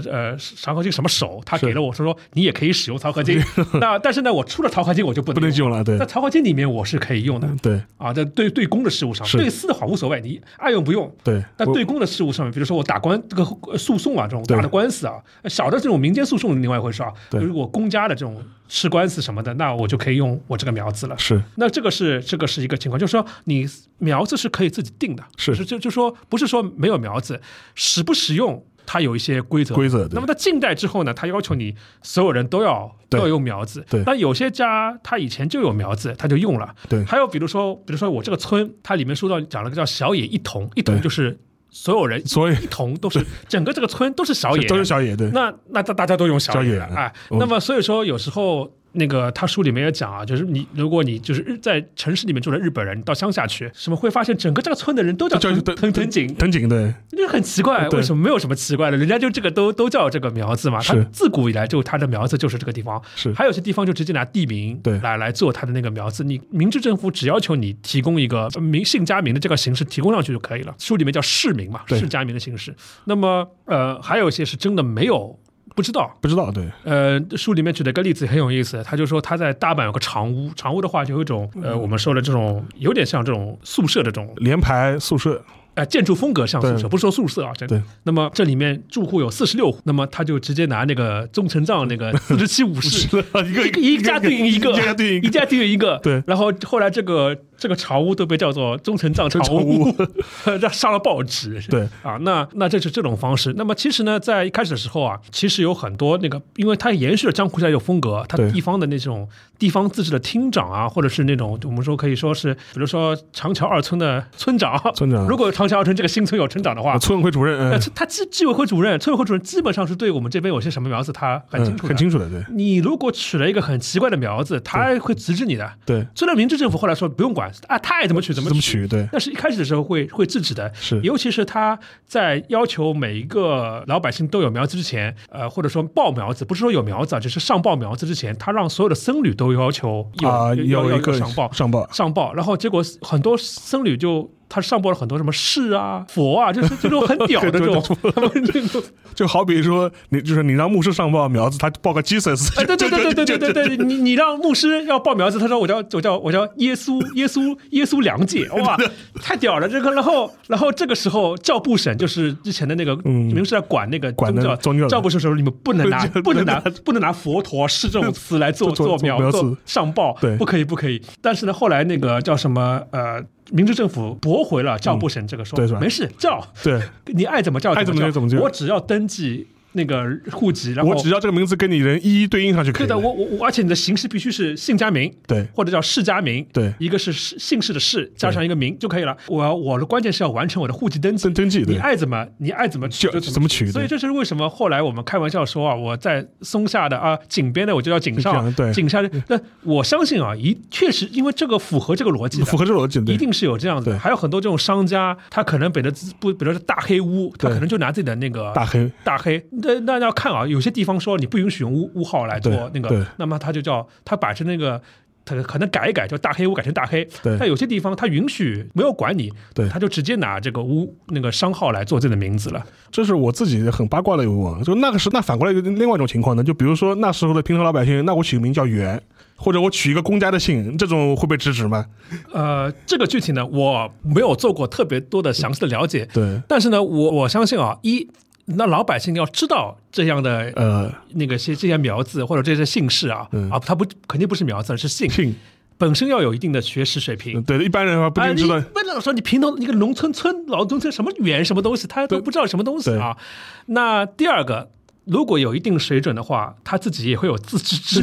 Speaker 2: 呃，曹和金什么手，他
Speaker 1: 是
Speaker 2: 给了我说说你也可以使用曹和 金，那但是呢，我出了曹和金我就不
Speaker 1: 不能
Speaker 2: 能用。
Speaker 1: 用了，对
Speaker 2: 那曹和金里面我是可以用的
Speaker 1: 对
Speaker 2: 啊，在对对公的事务上，
Speaker 1: 是
Speaker 2: 对私的话无所谓，你爱用不用，
Speaker 1: 对。
Speaker 2: 但
Speaker 1: 我
Speaker 2: 对公的事务上面，比如说我打官这个呃诉讼啊，这种
Speaker 1: 对
Speaker 2: 大的官司啊，小的这种民间诉讼是另外一回事啊。
Speaker 1: 对
Speaker 2: 如果公家的这种吃官司什么的，那我就可以用我这个苗字了。
Speaker 1: 是
Speaker 2: 那这个是这个是一个情况，就是说你苗字是可以自己定的，
Speaker 1: 是
Speaker 2: 就就就说不是说没有苗字，使不使用它有一些规则。
Speaker 1: 规则
Speaker 2: 那
Speaker 1: 对
Speaker 2: 么在近代之后呢，它要求你所有人都要
Speaker 1: 对
Speaker 2: 都要用苗字。
Speaker 1: 对
Speaker 2: 但有些家他以前就有苗字，他就用了。
Speaker 1: 对
Speaker 2: 还有比如说，比如说我这个村，它里面说到讲了个叫小野一同，一同
Speaker 1: 对
Speaker 2: 就是所有人
Speaker 1: 所以
Speaker 2: 一同都是整个这个村都是小野人，
Speaker 1: 都是小野对
Speaker 2: 那那大大家都用小
Speaker 1: 小
Speaker 2: 野
Speaker 1: 野
Speaker 2: 哎，
Speaker 1: 嗯
Speaker 2: 那么所以说有时候那个他书里面也讲啊，就是你如果你就是日在城市里面住的日本人，你到乡下去，什么会发现整个这个村的人都叫
Speaker 1: 就
Speaker 2: 藤
Speaker 1: 就
Speaker 2: 藤藤井，
Speaker 1: 藤井对
Speaker 2: 就是很奇怪，
Speaker 1: 对
Speaker 2: 为什么没有什么奇怪的？人家就这个都都叫这个苗字嘛，他
Speaker 1: 是
Speaker 2: 自古以来就他的苗字就是这个地方，
Speaker 1: 是
Speaker 2: 还有些地方就直接拿地名
Speaker 1: 对
Speaker 2: 来来做他的那个苗字。你明治政府只要求你提供一个呃名姓加名的这个形式提供上去就可以了，书里面叫市名嘛，
Speaker 1: 对
Speaker 2: 市加名的形式。那么呃，还有一些是真的没有不知道。
Speaker 1: 不知道对
Speaker 2: 呃，书里面举了一个例子很有意思，他就说他在大阪有个长屋，长屋的话就有一种呃
Speaker 1: 嗯
Speaker 2: 我们说的这种有点像这种宿舍的这种
Speaker 1: 联排宿舍
Speaker 2: 呃，建筑风格像宿
Speaker 1: 对
Speaker 2: 舍，不是说宿舍啊，这
Speaker 1: 对。
Speaker 2: 那么这里面住户有四十六户，那么他就直接拿那个中城帐那个四十 七武士，
Speaker 1: 一个
Speaker 2: 一个一家对应一个，
Speaker 1: 一家对应一
Speaker 2: 一
Speaker 1: 个
Speaker 2: 家对应一个。
Speaker 1: 对
Speaker 2: 然后后来这个这个巢屋都被叫做中城帐巢
Speaker 1: 巢
Speaker 2: 屋，这上了报纸。
Speaker 1: 对
Speaker 2: 啊，那那这是这种方式。那么其实呢，在一开始的时候啊，其实有很多那个，因为它延续了江湖下有风格，它
Speaker 1: 对
Speaker 2: 地方的那种地方自治的厅长啊，或者是那种我们说可以说是，比如说长桥二村的村长，
Speaker 1: 村长
Speaker 2: 如果长桥二村这个新村有村长的话
Speaker 1: 啊，。村委会主任
Speaker 2: 那
Speaker 1: 嗯
Speaker 2: 他纪纪委会主任、村委会主任基本上是对我们这边有些什么苗子，他很清
Speaker 1: 嗯
Speaker 2: 楚的。
Speaker 1: 很清楚的对
Speaker 2: 你如果取了一个很奇怪的苗子，他会阻止你的。
Speaker 1: 对
Speaker 2: 虽然明治政府后来说不用管，管啊，他爱怎么取怎么
Speaker 1: 怎么取？对，
Speaker 2: 但是一开始的时候会会制止的，
Speaker 1: 是
Speaker 2: 尤其是他在要求每一个老百姓都有苗子之前，呃，或者说报苗子，不是说有苗子啊，只是上报苗子之前，他让所有的僧侣都要求有、
Speaker 1: 啊，
Speaker 2: 要要
Speaker 1: 有一
Speaker 2: 要
Speaker 1: 个
Speaker 2: 上报
Speaker 1: 上报，
Speaker 2: 上报，然后结果很多僧侣就。他上报了很多什么士啊、佛啊，就是这种 很屌的这种， 他们这种
Speaker 1: 就好比说你就是你让牧师上报苗子，他报个 Jesus，
Speaker 2: 哎，对对对对对对
Speaker 1: 对，
Speaker 2: 对对，你你让牧师要报苗子，他说我叫我叫我叫耶稣耶稣耶稣良介，哇，太屌了！这个然后然后这个时候教部审就是之前的那个
Speaker 1: 嗯
Speaker 2: 明是在管那个
Speaker 1: 管那
Speaker 2: 宗教
Speaker 1: 宗教的
Speaker 2: 教部审时候，你们不能拿
Speaker 1: 对对
Speaker 2: 不能拿不能拿佛陀是这种词来做
Speaker 1: 做做
Speaker 2: 苗
Speaker 1: 苗子
Speaker 2: 做上报，
Speaker 1: 对
Speaker 2: 不可以不可以。但是呢，后来那个叫什么呃。明治政府驳回了教部审这个说，
Speaker 1: 对是吧
Speaker 2: 没事，教
Speaker 1: 对
Speaker 2: 你爱怎么叫
Speaker 1: 爱怎么
Speaker 2: 叫
Speaker 1: 就怎么叫
Speaker 2: 我只要登记那个户籍，然后
Speaker 1: 我只要这个名字跟你人一一对应上去可
Speaker 2: 对
Speaker 1: 以
Speaker 2: 的，
Speaker 1: 了，
Speaker 2: 我我我，而且你的姓氏必须是姓加名，
Speaker 1: 对
Speaker 2: 或者叫氏加名，
Speaker 1: 对
Speaker 2: 一个是氏姓氏的氏加上一个名就可以了。我要我的关键是要完成我的户籍登记
Speaker 1: 登，登记
Speaker 2: 你
Speaker 1: 对，
Speaker 2: 爱怎么你爱怎么取
Speaker 1: 就
Speaker 2: 就
Speaker 1: 怎么取
Speaker 2: 所以
Speaker 1: 对
Speaker 2: 这是为什么后来我们开玩笑说啊，我在松下的啊井边的我就叫井
Speaker 1: 井
Speaker 2: 上，
Speaker 1: 上对嗯
Speaker 2: 井下的。那我相信啊，一确实因为这个符合这个逻辑的，
Speaker 1: 符合这个逻辑
Speaker 2: 一
Speaker 1: 对。
Speaker 2: 定是有这样子的，
Speaker 1: 对
Speaker 2: 还有很多这种商家，他可能本着自不，比如说大黑屋，他
Speaker 1: 对
Speaker 2: 可能就拿自己的那个
Speaker 1: 大黑
Speaker 2: 大黑，那那要看啊，有些地方说你不允许用屋屋号来做
Speaker 1: 对
Speaker 2: 那
Speaker 1: 对
Speaker 2: 个，那么他就叫他把这那个。他可能改一改，就大黑屋改成大黑。
Speaker 1: 对
Speaker 2: 但有些地方他允许没有管你，
Speaker 1: 对
Speaker 2: 他就直接拿这个屋那个商号来做自己的名字了。
Speaker 1: 这是我自己很八卦的一个问，就那个时，那反过来有另外一种情况呢，就比如说那时候的平头老百姓，那我取个名叫袁，或者我取一个公家的姓，这种会被制止吗？
Speaker 2: 呃，这个具体呢，我没有做过特别多的详细的了解，
Speaker 1: 对，
Speaker 2: 但是呢，我我相信啊，一那老百姓要知道这样的
Speaker 1: 呃，
Speaker 2: 那个些这些苗字或者这些姓氏啊，
Speaker 1: 嗯
Speaker 2: 啊，它不肯定不是苗字，是姓，
Speaker 1: 姓，
Speaker 2: 本身要有一定的学识水平。
Speaker 1: 对，一般人的话不一定知道
Speaker 2: 哎、，你问了说你平头一个农村村老农村什么园什么东西，他都
Speaker 1: 对
Speaker 2: 不知道什么东西啊。那第二个。如果有一定水准的话，他自己也会有自知之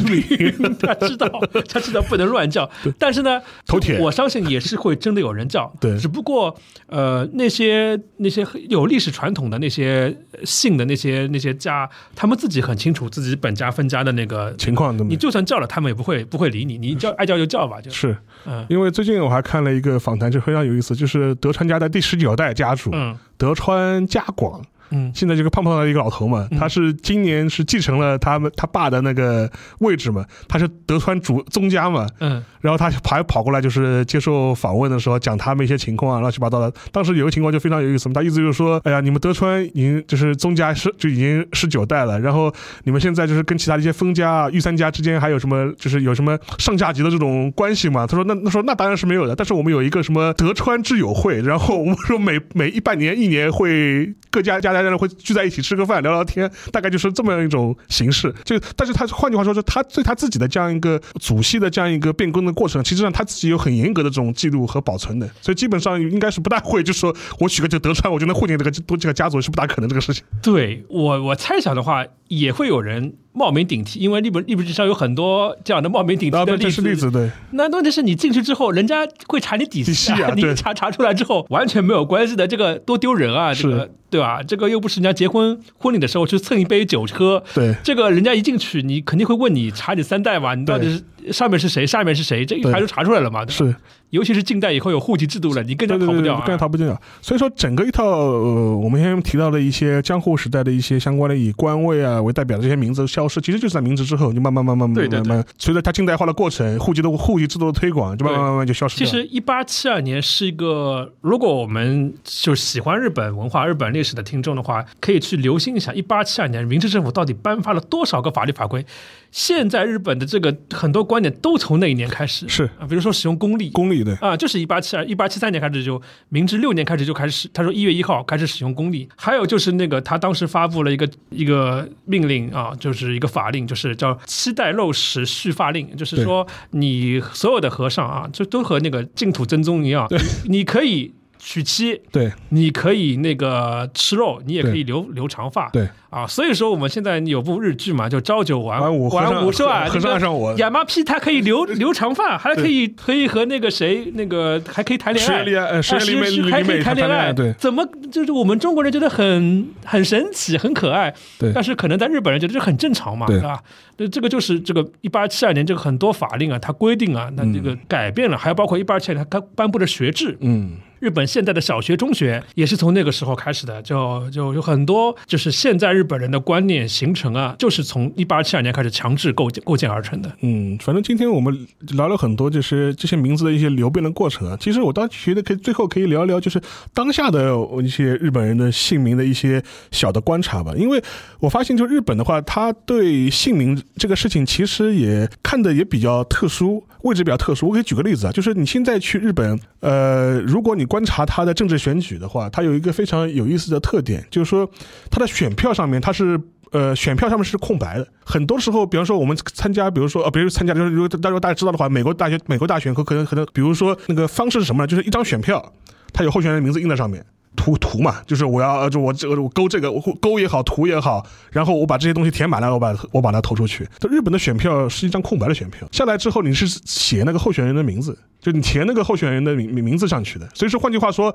Speaker 2: 明，他知道，他知道不能乱叫。但是呢，
Speaker 1: 头铁
Speaker 2: 我相信也是会真的有人叫。
Speaker 1: 对
Speaker 2: 只不过呃，那些那些有历史传统的那些呃姓的那些那些家，他们自己很清楚自己本家分家的那个
Speaker 1: 情况，对不
Speaker 2: 你
Speaker 1: 对？
Speaker 2: 就算叫了，他们也不会不会理你，你叫爱叫就叫吧，就是嗯
Speaker 1: 因为最近我还看了一个访谈，就非常有意思，就是德川家的第十九代家主、
Speaker 2: 嗯
Speaker 1: 德川家广，
Speaker 2: 嗯
Speaker 1: 现在这个胖胖的一个老头嘛，
Speaker 2: 嗯
Speaker 1: 他是今年是继承了他们他爸的那个位置嘛，他是德川主宗家嘛，
Speaker 2: 嗯
Speaker 1: 然后他还跑过来，就是接受访问的时候讲他们一些情况啊，乱七八糟的。当时有个情况就非常有意思嘛，他意思就是说，哎呀，你们德川已经就是宗家是就已经十九代了，然后你们现在就是跟其他的一些封家啊、御三家之间还有什么就是有什么上下级的这种关系嘛？他说那那说那当然是没有的，但是我们有一个什么德川挚友会，然后我们说每 每一半年一年会各家家家人会聚在一起吃个饭聊聊天，大概就是这么样一种形式。就但是他换句话说，就他对他自己的这样一个祖系的这样一个变更的过程，其实上他自己有很严格的这种记录和保存的，所以基本上应该是不大会，就说我取个这个德川，我就能混进这个多这个家族是不大可能这个事情。，
Speaker 2: 对我我猜想的话，也会有人冒名顶替，因为日本日本上有很多这样的冒名顶替
Speaker 1: 然后
Speaker 2: 的
Speaker 1: 这
Speaker 2: 例
Speaker 1: 啊是
Speaker 2: 子。
Speaker 1: 例子，对
Speaker 2: 那问题是你进去之后，人家会查你底细
Speaker 1: 底细啊
Speaker 2: 你
Speaker 1: 对
Speaker 2: 查查出来之后完全没有关系的，这个多丢人啊！这个
Speaker 1: 是
Speaker 2: 对吧？这个又不是人家结婚婚礼的时候去蹭一杯酒喝。
Speaker 1: 对。
Speaker 2: 这个人家一进去，你肯定会问你查你三代嘛，你到底是上面是谁，下面是谁，这一
Speaker 1: 对
Speaker 2: 查就查出来了嘛。对吧
Speaker 1: 是，
Speaker 2: 尤其是近代以后有户籍制度了，你更加
Speaker 1: 对对
Speaker 2: 逃不
Speaker 1: 对对
Speaker 2: 掉、啊。
Speaker 1: 更加逃不掉。所以说，整个一套呃，我们先提到的一些江户时代的一些相关的以官位啊为代表的这些名字消失，其实就是在明治之后就慢慢慢慢慢慢
Speaker 2: 对对
Speaker 1: 慢慢，随着它近代化的过程，户籍的户籍制度的推广，就慢慢
Speaker 2: 对
Speaker 1: 慢慢就消失
Speaker 2: 其
Speaker 1: 掉了。
Speaker 2: 实一八七二年是一个，如果我们就喜欢日本文化、日本历史的听众的话，可以去留心一下一八七二年明治政府到底颁发了多少个法律法规。现在日本的这个很多观点都从那一年开始
Speaker 1: 是
Speaker 2: 啊，比如说使用公历。
Speaker 1: 公立的，
Speaker 2: 啊、就是一八七二、一八七三年开始就，明治六年开始就开始，他说一月一号开始使用公历。还有就是那个他当时发布了一个一个命令啊，就是一个法令，就是叫七代肉食续发令，就是
Speaker 1: 对
Speaker 2: 说你所有的和尚啊，就都和那个净土真宗一样，你可以。娶妻，
Speaker 1: 对，
Speaker 2: 你可以那个吃肉，你也可以留留长发，
Speaker 1: 对
Speaker 2: 啊，所以说我们现在有部日剧嘛，叫《朝九晚
Speaker 1: 完
Speaker 2: 五
Speaker 1: 我和尚
Speaker 2: 啊晚五是吧？
Speaker 1: 和尚爱
Speaker 2: 那个
Speaker 1: 上我，
Speaker 2: 亚麻皮他可以 留留长发，还可以可以和那个谁那个还可以谈恋
Speaker 1: 十月。
Speaker 2: 爱
Speaker 1: 里呃十
Speaker 2: 啊
Speaker 1: 月里美
Speaker 2: 是
Speaker 1: 里
Speaker 2: 还可
Speaker 1: 美
Speaker 2: 以谈恋爱，
Speaker 1: 对，
Speaker 2: 怎么就是我们中国人觉得很很神奇、很可爱，
Speaker 1: 对
Speaker 2: 但是可能在日本人觉得这很正常嘛，
Speaker 1: 对
Speaker 2: 对吧？那这个就是这个一八七二年这个很多法令啊，它规定啊，那这个改变了，还有包括一八七二年它颁布的学制，
Speaker 1: 嗯
Speaker 2: 日本现在的小学、中学也是从那个时候开始的，就就有很多就是现在日本人的观念形成啊，就是从一八七二年开始强制构建构建而成的。
Speaker 1: 嗯，反正今天我们聊了很多，就是这些名字的一些流变的过程啊。其实我倒觉得可以最后可以聊一聊，就是当下的一些日本人的姓名的一些小的观察吧。因为我发现，就日本的话，他对姓名这个事情其实也看的也比较特殊，位置比较特殊。我给举个例子啊，就是你现在去日本，呃，如果你观察他的政治选举的话，他有一个非常有意思的特点，就是说他的选票上面他是。呃，选票上面是空白的，很多时候，比方说我们参加，比如说呃，比如参加，就是如果大如果大家知道的话，美国大学美国大选可可能可能，比如说那个方式是什么呢？就是一张选票，它有候选人名字印在上面，图图嘛，就是我要呃就我这个我勾这个我勾也好，图也好，然后我把这些东西填满了，我把我把它投出去。这日本的选票是一张空白的选票，下来之后你是写那个候选人的名字，就你填那个候选人的名名名字上去的。所以说，换句话说，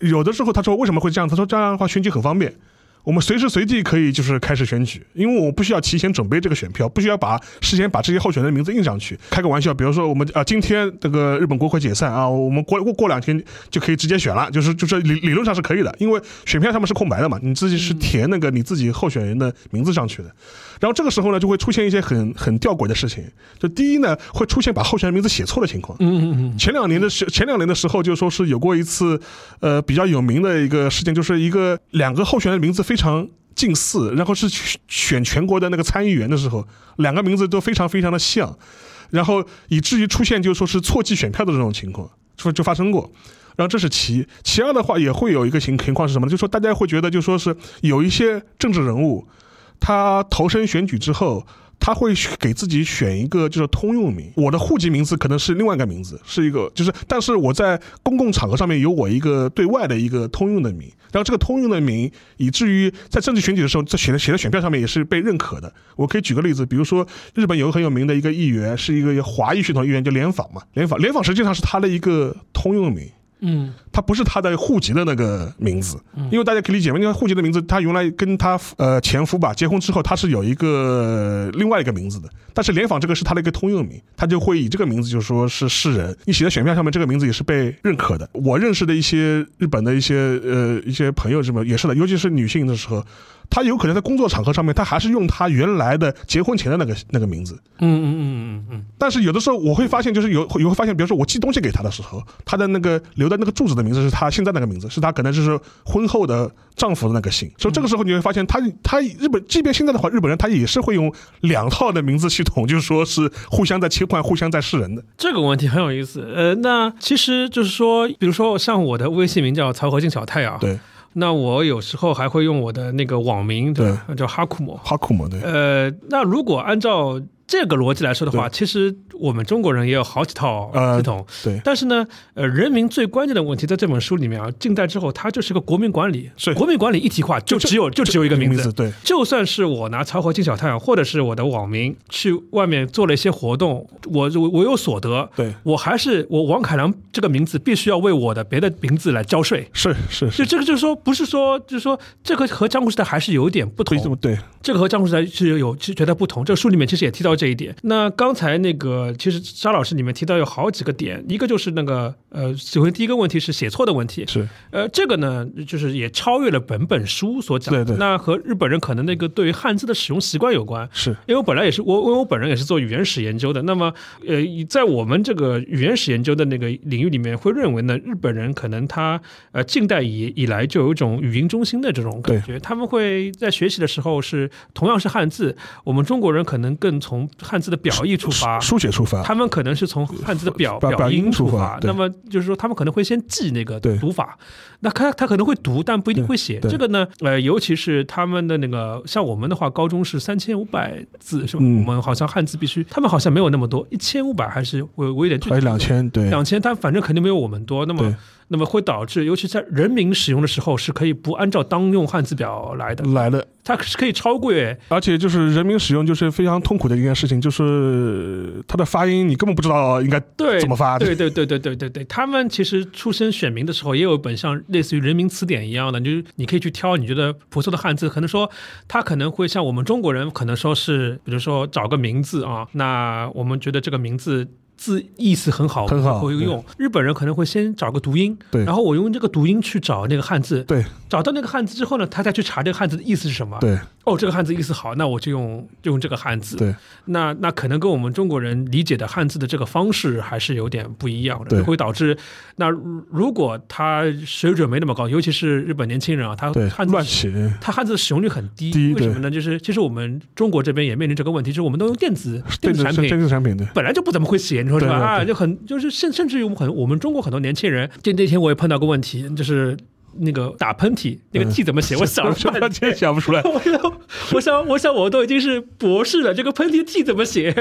Speaker 1: 有的时候他说为什么会这样？他说这样的话选举很方便。我们随时随地可以就是开始选举，因为我不需要提前准备这个选票，不需要把事先把这些候选人的名字印上去。开个玩笑，比如说我们啊、今天这个日本国会解散啊，我们过过过两天就可以直接选了，就是就是理理论上是可以的，因为选票上面是空白的嘛，你自己是填那个你自己候选人的名字上去的。然后这个时候呢，就会出现一些很很吊诡的事情。就第一呢，会出现把候选人名字写错的情况。
Speaker 2: 嗯嗯
Speaker 1: 前两年的时，前两年的时候，就说是有过一次，呃，比较有名的一个事件，就是一个两个候选人的名字非常近似，然后是选选全国的那个参议员的时候，两个名字都非常非常的像，然后以至于出现就说是错记选票的这种情况，就就发生过。然后这是其一其二的话，也会有一个情情况是什么呢？就说大家会觉得，就说是有一些政治人物，他投身选举之后，他会给自己选一个就是通用名。我的户籍名字可能是另外一个名字，是一个就是，但是我在公共场合上面有我一个对外的一个通用的名。然后这个通用的名，以至于在政治选举的时候，在写的写的选票上面也是被认可的。我可以举个例子，比如说日本有个很有名的一个议员，是一个华裔血统议员，叫联访嘛。联访联访实际上是他的一个通用名。
Speaker 2: 嗯
Speaker 1: 它不是他的户籍的那个名字，因为大家可以理解嘛，因为户籍的名字，他原来跟他呃前夫吧结婚之后，他是有一个另外一个名字的，但是联访这个是他的一个通用名，他就会以这个名字就说是是人。你写在选票上面，这个名字也是被认可的。我认识的一些日本的一些呃一些朋友什么也是的，尤其是女性的时候。她有可能在工作场合上面，她还是用她原来的结婚前的那个那个名字，
Speaker 2: 嗯嗯嗯嗯
Speaker 1: 但是有的时候我会发现，就是有有会发现，比如说我寄东西给他的时候，他的那个留的那个住址的名字是他现在那个名字，是他可能就是婚后的丈夫的那个姓。所以这个时候你会发现他，他日本，即便现在的话，日本人他也是会用两套的名字系统，就是说是互相在切换、互相在示人的。
Speaker 2: 这个问题很有意思。呃，那其实就是说，比如说像我的微信名叫曹和进小太啊，
Speaker 1: 对，
Speaker 2: 那我有时候还会用我的那个网名，对吧，叫哈库姆。
Speaker 1: 哈库姆对，
Speaker 2: 呃，那如果按照这个逻辑来说的话，其实我们中国人也有好几套
Speaker 1: 呃
Speaker 2: 系统。
Speaker 1: 对
Speaker 2: 但是呢，呃，人民最关键的问题，在这本书里面啊，近代之后它就是个国民管理，
Speaker 1: 是
Speaker 2: 国民管理一体化，就
Speaker 1: 就
Speaker 2: 只有就只有一个名
Speaker 1: 名
Speaker 2: 字。
Speaker 1: 对，
Speaker 2: 就算是我拿曹和金小太啊阳，或者是我的网名去外面做了一些活动，我我我有所得，
Speaker 1: 对
Speaker 2: 我还是我王凯良这个名字必须要为我的别的名字来交税。
Speaker 1: 是是，
Speaker 2: 就是这个就是说，不是说就是说，这个和江湖时代还是有点不
Speaker 1: 可
Speaker 2: 同
Speaker 1: 以。这么对，
Speaker 2: 这个和江湖时代是有是觉得不同。这个书里面其实也提到这一点。那刚才那个其实沙老师里面提到有好几个点，一个就是那个呃，首先第一个问题是写错的问题，
Speaker 1: 是
Speaker 2: 呃，这个呢就是也超越了本本书所讲的，
Speaker 1: 对对
Speaker 2: 那和日本人可能那个对于汉字的使用习惯有关。
Speaker 1: 是
Speaker 2: 因为我本来也是我，因为我本人也是做语言史研究的。那么，呃，在我们这个语言史研究的那个领域里面，会认为呢，日本人可能他呃近代以以来就有一种语音中心的这种感觉，他们会在学习的时候是同样是汉字，我们中国人可能更从汉字的表意出发。
Speaker 1: 书写出发，
Speaker 2: 他们可能是从汉字的表
Speaker 1: 啊表表音
Speaker 2: 音
Speaker 1: 出
Speaker 2: 出
Speaker 1: 发
Speaker 2: 发，
Speaker 1: 对
Speaker 2: 那么就是说他们可能会先记那个
Speaker 1: 对
Speaker 2: 读法，那他他可能会读，但不一定会写。
Speaker 1: 对对
Speaker 2: 这个呢，呃，尤其是他们的那个，像我们的话，高中是三千五百字是吧？
Speaker 1: 嗯
Speaker 2: 我们好像汉字必须，他们好像没有那么多，一千五百还是我我有点具体
Speaker 1: 还有两千对，
Speaker 2: 两千，但反正肯定没有我们多。那么
Speaker 1: 对
Speaker 2: 那么会导致，尤其在人民使用的时候，是可以不按照当用汉字表来的，
Speaker 1: 来的，
Speaker 2: 它是可以超越
Speaker 1: 而且就是人民使用就是非常痛苦的一件事情，就是它的发音你根本不知道应该
Speaker 2: 对
Speaker 1: 怎么发，
Speaker 2: 对对对对对对对，他们其实出身选民的时候，也有一本像类似于人民词典一样的，你就是你可以去挑你觉得不错的汉字。可能说他可能会像我们中国人，可能说是比如说找个名字啊，那我们觉得这个名字。字意思很好，
Speaker 1: 很好
Speaker 2: 会用。日本人可能会先找个读音，
Speaker 1: 对
Speaker 2: 然后我用这个读音去找那个汉字，
Speaker 1: 对
Speaker 2: 找到那个汉字之后呢，他再去查这个汉字的意思是什么。
Speaker 1: 对
Speaker 2: 哦，这个汉字意思好，那我就用就用这个汉字。
Speaker 1: 对，
Speaker 2: 那那可能跟我们中国人理解的汉字的这个方式还是有点不一样的，
Speaker 1: 对
Speaker 2: 就会导致那如如果他水准没那么高，尤其是日本年轻人啊，他
Speaker 1: 对，
Speaker 2: 汉字
Speaker 1: 乱起，
Speaker 2: 他汉字的使用率很低，
Speaker 1: 低
Speaker 2: 为什么呢？就是其实我们中国这边也面临这个问题，就是我们都用电子
Speaker 1: 电
Speaker 2: 电
Speaker 1: 子
Speaker 2: 子产品，
Speaker 1: 电子产品的，
Speaker 2: 本来就不怎么会写，你说是吧？
Speaker 1: 对对对
Speaker 2: 啊，就很就是甚甚至于我们很我们中国很多年轻人，就那天我也碰到个问题，就是那个打喷嚏那
Speaker 1: 嗯
Speaker 2: 个 T 怎 么写，我想了
Speaker 1: 想
Speaker 2: 半天。
Speaker 1: 想不出来，
Speaker 2: 我想，我想，我想，我都已经是博士了，这个喷嚏 T 怎么写？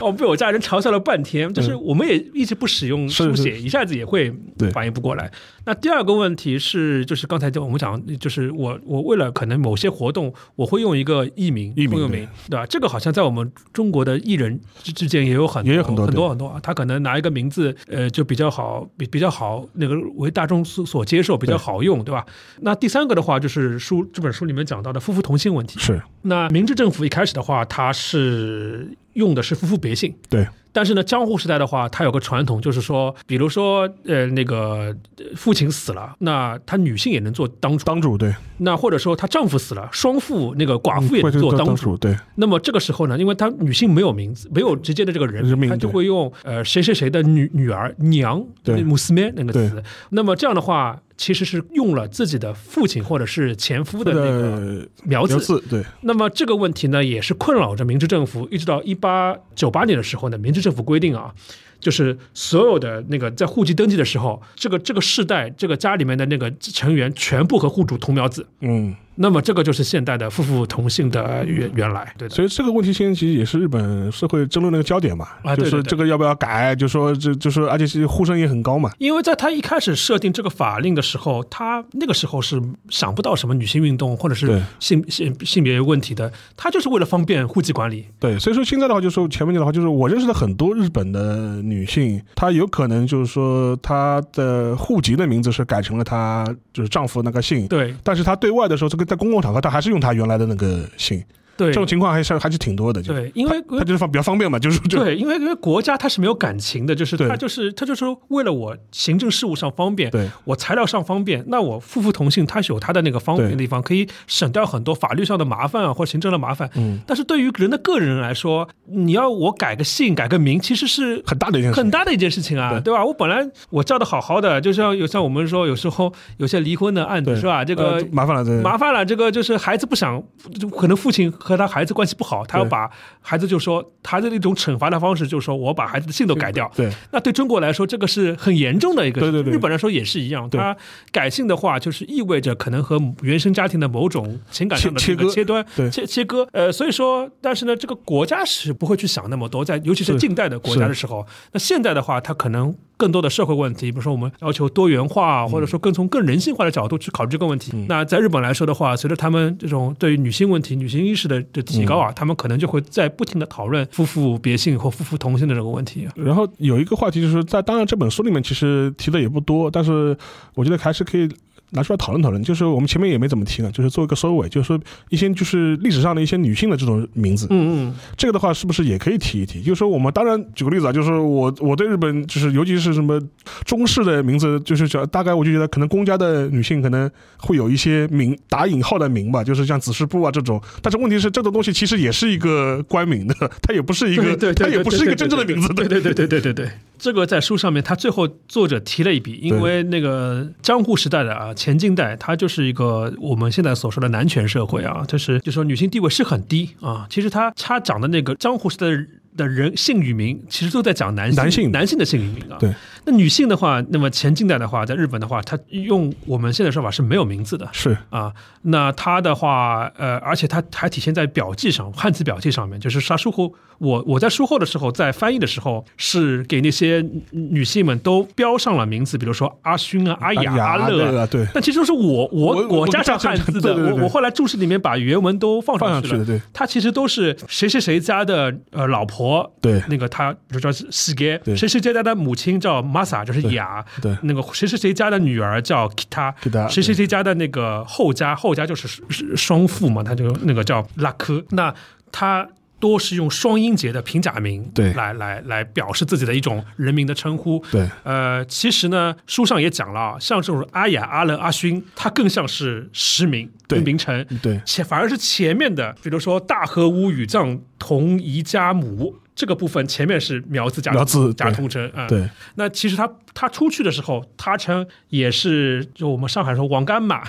Speaker 2: 哦，被我家人嘲笑了半天。就是我们也一直不使用
Speaker 1: 嗯是
Speaker 2: 书
Speaker 1: 是
Speaker 2: 写，一下子也会
Speaker 1: 对
Speaker 2: 反应不过来。那第二个问题是，就是刚才就我们讲，就是我我为了可能某些活动，我会用一个艺名、
Speaker 1: 艺名
Speaker 2: 通用名，对吧？这个好像在我们中国的艺人之之间也有很
Speaker 1: 也有很多
Speaker 2: 很
Speaker 1: 对
Speaker 2: 多很多啊，他可能拿一个名字，呃，就比较好，比比较好那个为大众所所接受，比较
Speaker 1: 对
Speaker 2: 好用，对吧？那第三个的话就是书这本书里面讲到的夫妇同姓问题。
Speaker 1: 是
Speaker 2: 那明治政府一开始的话，它是用的是夫妇别姓，
Speaker 1: 对
Speaker 2: 但是呢，江户时代的话，它有个传统，就是说，比如说，呃，那个呃父亲死了，那他女性也能做当主；
Speaker 1: 当主对，
Speaker 2: 那或者说她丈夫死了，双父那个寡妇
Speaker 1: 嗯
Speaker 2: 也
Speaker 1: 或
Speaker 2: 能
Speaker 1: 者
Speaker 2: 做
Speaker 1: 是
Speaker 2: 当
Speaker 1: 当
Speaker 2: 主。
Speaker 1: 主对，
Speaker 2: 那么这个时候呢，因为她女性没有名字，没有直接的这个人
Speaker 1: 人
Speaker 2: 名，
Speaker 1: 名
Speaker 2: 她就
Speaker 1: 对
Speaker 2: 会用呃谁谁谁的女女儿娘
Speaker 1: 对
Speaker 2: 母斯妹那个
Speaker 1: 对
Speaker 2: 词。那么这样的话，其实是用了自己的父亲或者是前夫的那个
Speaker 1: 呃
Speaker 2: 苗
Speaker 1: 刘
Speaker 2: 字。
Speaker 1: 字对
Speaker 2: 那么这个问题呢，也是困扰着明治政府，一直到一八九八年的时候呢，明治政府规定啊，就是所有的那个在户籍登记的时候，这个这个世代这个家里面的那个成员全部和户主同苗字。
Speaker 1: 嗯。
Speaker 2: 那么这个就是现代的夫妇同姓的原原来，对的。
Speaker 1: 所以这个问题现在其实也是日本社会争论的一个焦点嘛，
Speaker 2: 啊
Speaker 1: 就
Speaker 2: 对
Speaker 1: 是
Speaker 2: 对对
Speaker 1: 这个要不要改，就说这就是而且是呼声也很高嘛，
Speaker 2: 因为在他一开始设定这个法令的时候，他那个时候是想不到什么女性运动或者
Speaker 1: 对
Speaker 2: 是性性性别问题的，他就是为了方便户籍管理。
Speaker 1: 对，所以说现在的话，就是说前面讲的话，就是我认识的很多日本的女性，她有可能就是说她的户籍的名字是改成了她就是丈夫那个姓，
Speaker 2: 对
Speaker 1: 但是她对外的时候，这个在公共场合她还是用她原来的那个姓，
Speaker 2: 对
Speaker 1: 这种情况还是还是挺多的，就
Speaker 2: 对，因为
Speaker 1: 她就是方比较方便嘛，就是就
Speaker 2: 对，因为因为国家它是没有感情的，就是
Speaker 1: 对
Speaker 2: 它就是它就是为了我行政事务上方便，
Speaker 1: 对
Speaker 2: 我材料上方便，那我夫妇同姓，它是有它的那个方便的
Speaker 1: 对
Speaker 2: 地方，可以省掉很多法律上的麻烦啊，或行政的麻烦。
Speaker 1: 嗯，
Speaker 2: 但是对于人的个人来说，你要我改个姓、改个名，其实是
Speaker 1: 很大的一件事，
Speaker 2: 很大的一件事情啊，
Speaker 1: 对
Speaker 2: 对吧？我本来我叫的好好的，就像有像我们说，有时候有些离婚的案子
Speaker 1: 对
Speaker 2: 是吧？这
Speaker 1: 呃
Speaker 2: 个
Speaker 1: 麻烦了，这
Speaker 2: 麻烦了，这个就是孩子不想，就可能父亲和他孩子关系不好，他要
Speaker 1: 对
Speaker 2: 把孩子就说孩子的一种惩罚的方式，就是说我把孩子的姓都改掉。
Speaker 1: 对
Speaker 2: 那对中国来说，这个是很严重的一个事情。
Speaker 1: 对对对
Speaker 2: 日本来说也是一样，
Speaker 1: 对
Speaker 2: 他改姓的话，就是意味着可能和原生家庭的某种情感上的
Speaker 1: 切
Speaker 2: 那个
Speaker 1: 切
Speaker 2: 切端。
Speaker 1: 对
Speaker 2: 切切割，呃，所以说，但是呢，这个国家是不会去想那么多，在尤其是
Speaker 1: 是
Speaker 2: 近代的国家的时候，那现在的话，它可能更多的社会问题，比如说我们要求多元化，
Speaker 1: 嗯
Speaker 2: 或者说更从更人性化的角度去考虑这个问题。那在日本来说的话，随着他们这种对于女性问题、女性意识的的提高啊，他们可能就会在不停的讨论夫妇别姓或夫妇同姓的这个问题啊。
Speaker 1: 然后有一个话题就是在，当然这本书里面其实提的也不多，但是我觉得还是可以拿出来讨论讨论。就是我们前面也没怎么提呢，就是做一个收尾，就是说一些就是历史上的一些女性的这种名字，
Speaker 2: 嗯嗯，
Speaker 1: 这个的话是不是也可以提一提？就是说我们当然举个例子啊，就是我我对日本就是尤其是什么中式的名字，就是讲大概我就觉得可能公家的女性可能会有一些名打引号的名吧，就是像子氏部啊这种。但是问题是这种东西其实也是一个官名的，它也不是一个
Speaker 2: 对对对，
Speaker 1: 它
Speaker 2: 对
Speaker 1: 也不是一个真正的名字，
Speaker 2: 对对对对对对对。这个在书上面，他最后作者提了一笔，因为那个江户时代的啊，前近代，它就是一个我们现在所说的嗯男权社会啊，就是就说女性地位是很低啊，其实他他讲的那个江户时代的。的人性与名，其实都在讲男性
Speaker 1: 男性
Speaker 2: 男性的性与名啊。
Speaker 1: 对，
Speaker 2: 那女性的话，那么前近代的话，在日本的话，它用我们现在说法是没有名字的
Speaker 1: 是
Speaker 2: 啊。那它的话，呃，而且它还体现在表记上，汉字表记上面，就是它术后，我我在术后的时候，在翻译的时候，是给那些女性们都标上了名字，比如说阿勋啊、阿雅、阿乐啊
Speaker 1: 乐啊，对，
Speaker 2: 但其实都是我
Speaker 1: 我
Speaker 2: 我
Speaker 1: 我
Speaker 2: 加上汉字
Speaker 1: 对 对
Speaker 2: 的，
Speaker 1: 对对
Speaker 2: 我我后来注释里面把原文都放
Speaker 1: 放上
Speaker 2: 上
Speaker 1: 去
Speaker 2: 去
Speaker 1: 的，
Speaker 2: 了。
Speaker 1: 对
Speaker 2: 它其实都是谁谁谁家的呃老婆，
Speaker 1: 对
Speaker 2: 那个他比如说西给
Speaker 1: 对，
Speaker 2: 谁谁谁家的母亲叫 Masa，就是
Speaker 1: 对
Speaker 2: 雅，
Speaker 1: 对
Speaker 2: 那个谁谁谁家的女儿叫 Kita，
Speaker 1: Kita，
Speaker 2: 谁谁谁家的那个后家，后家就是是是双父嘛，他就那个叫拉科，那他。多是用双音节的平假名
Speaker 1: 对
Speaker 2: 来来来表示自己的一种人名的称呼，
Speaker 1: 对
Speaker 2: 呃，其实呢，书上也讲了啊，像这种阿雅、阿乐、阿勋，它更像是实名
Speaker 1: 对
Speaker 2: 跟名称，
Speaker 1: 对
Speaker 2: 前反而是前面的，比如说大和屋与藏同宜家母这个部分，前面是苗字加
Speaker 1: 苗字
Speaker 2: 加
Speaker 1: 对
Speaker 2: 通称啊。嗯
Speaker 1: 对，
Speaker 2: 那其实他他出去的时候，他称也是就我们上海说王 干妈、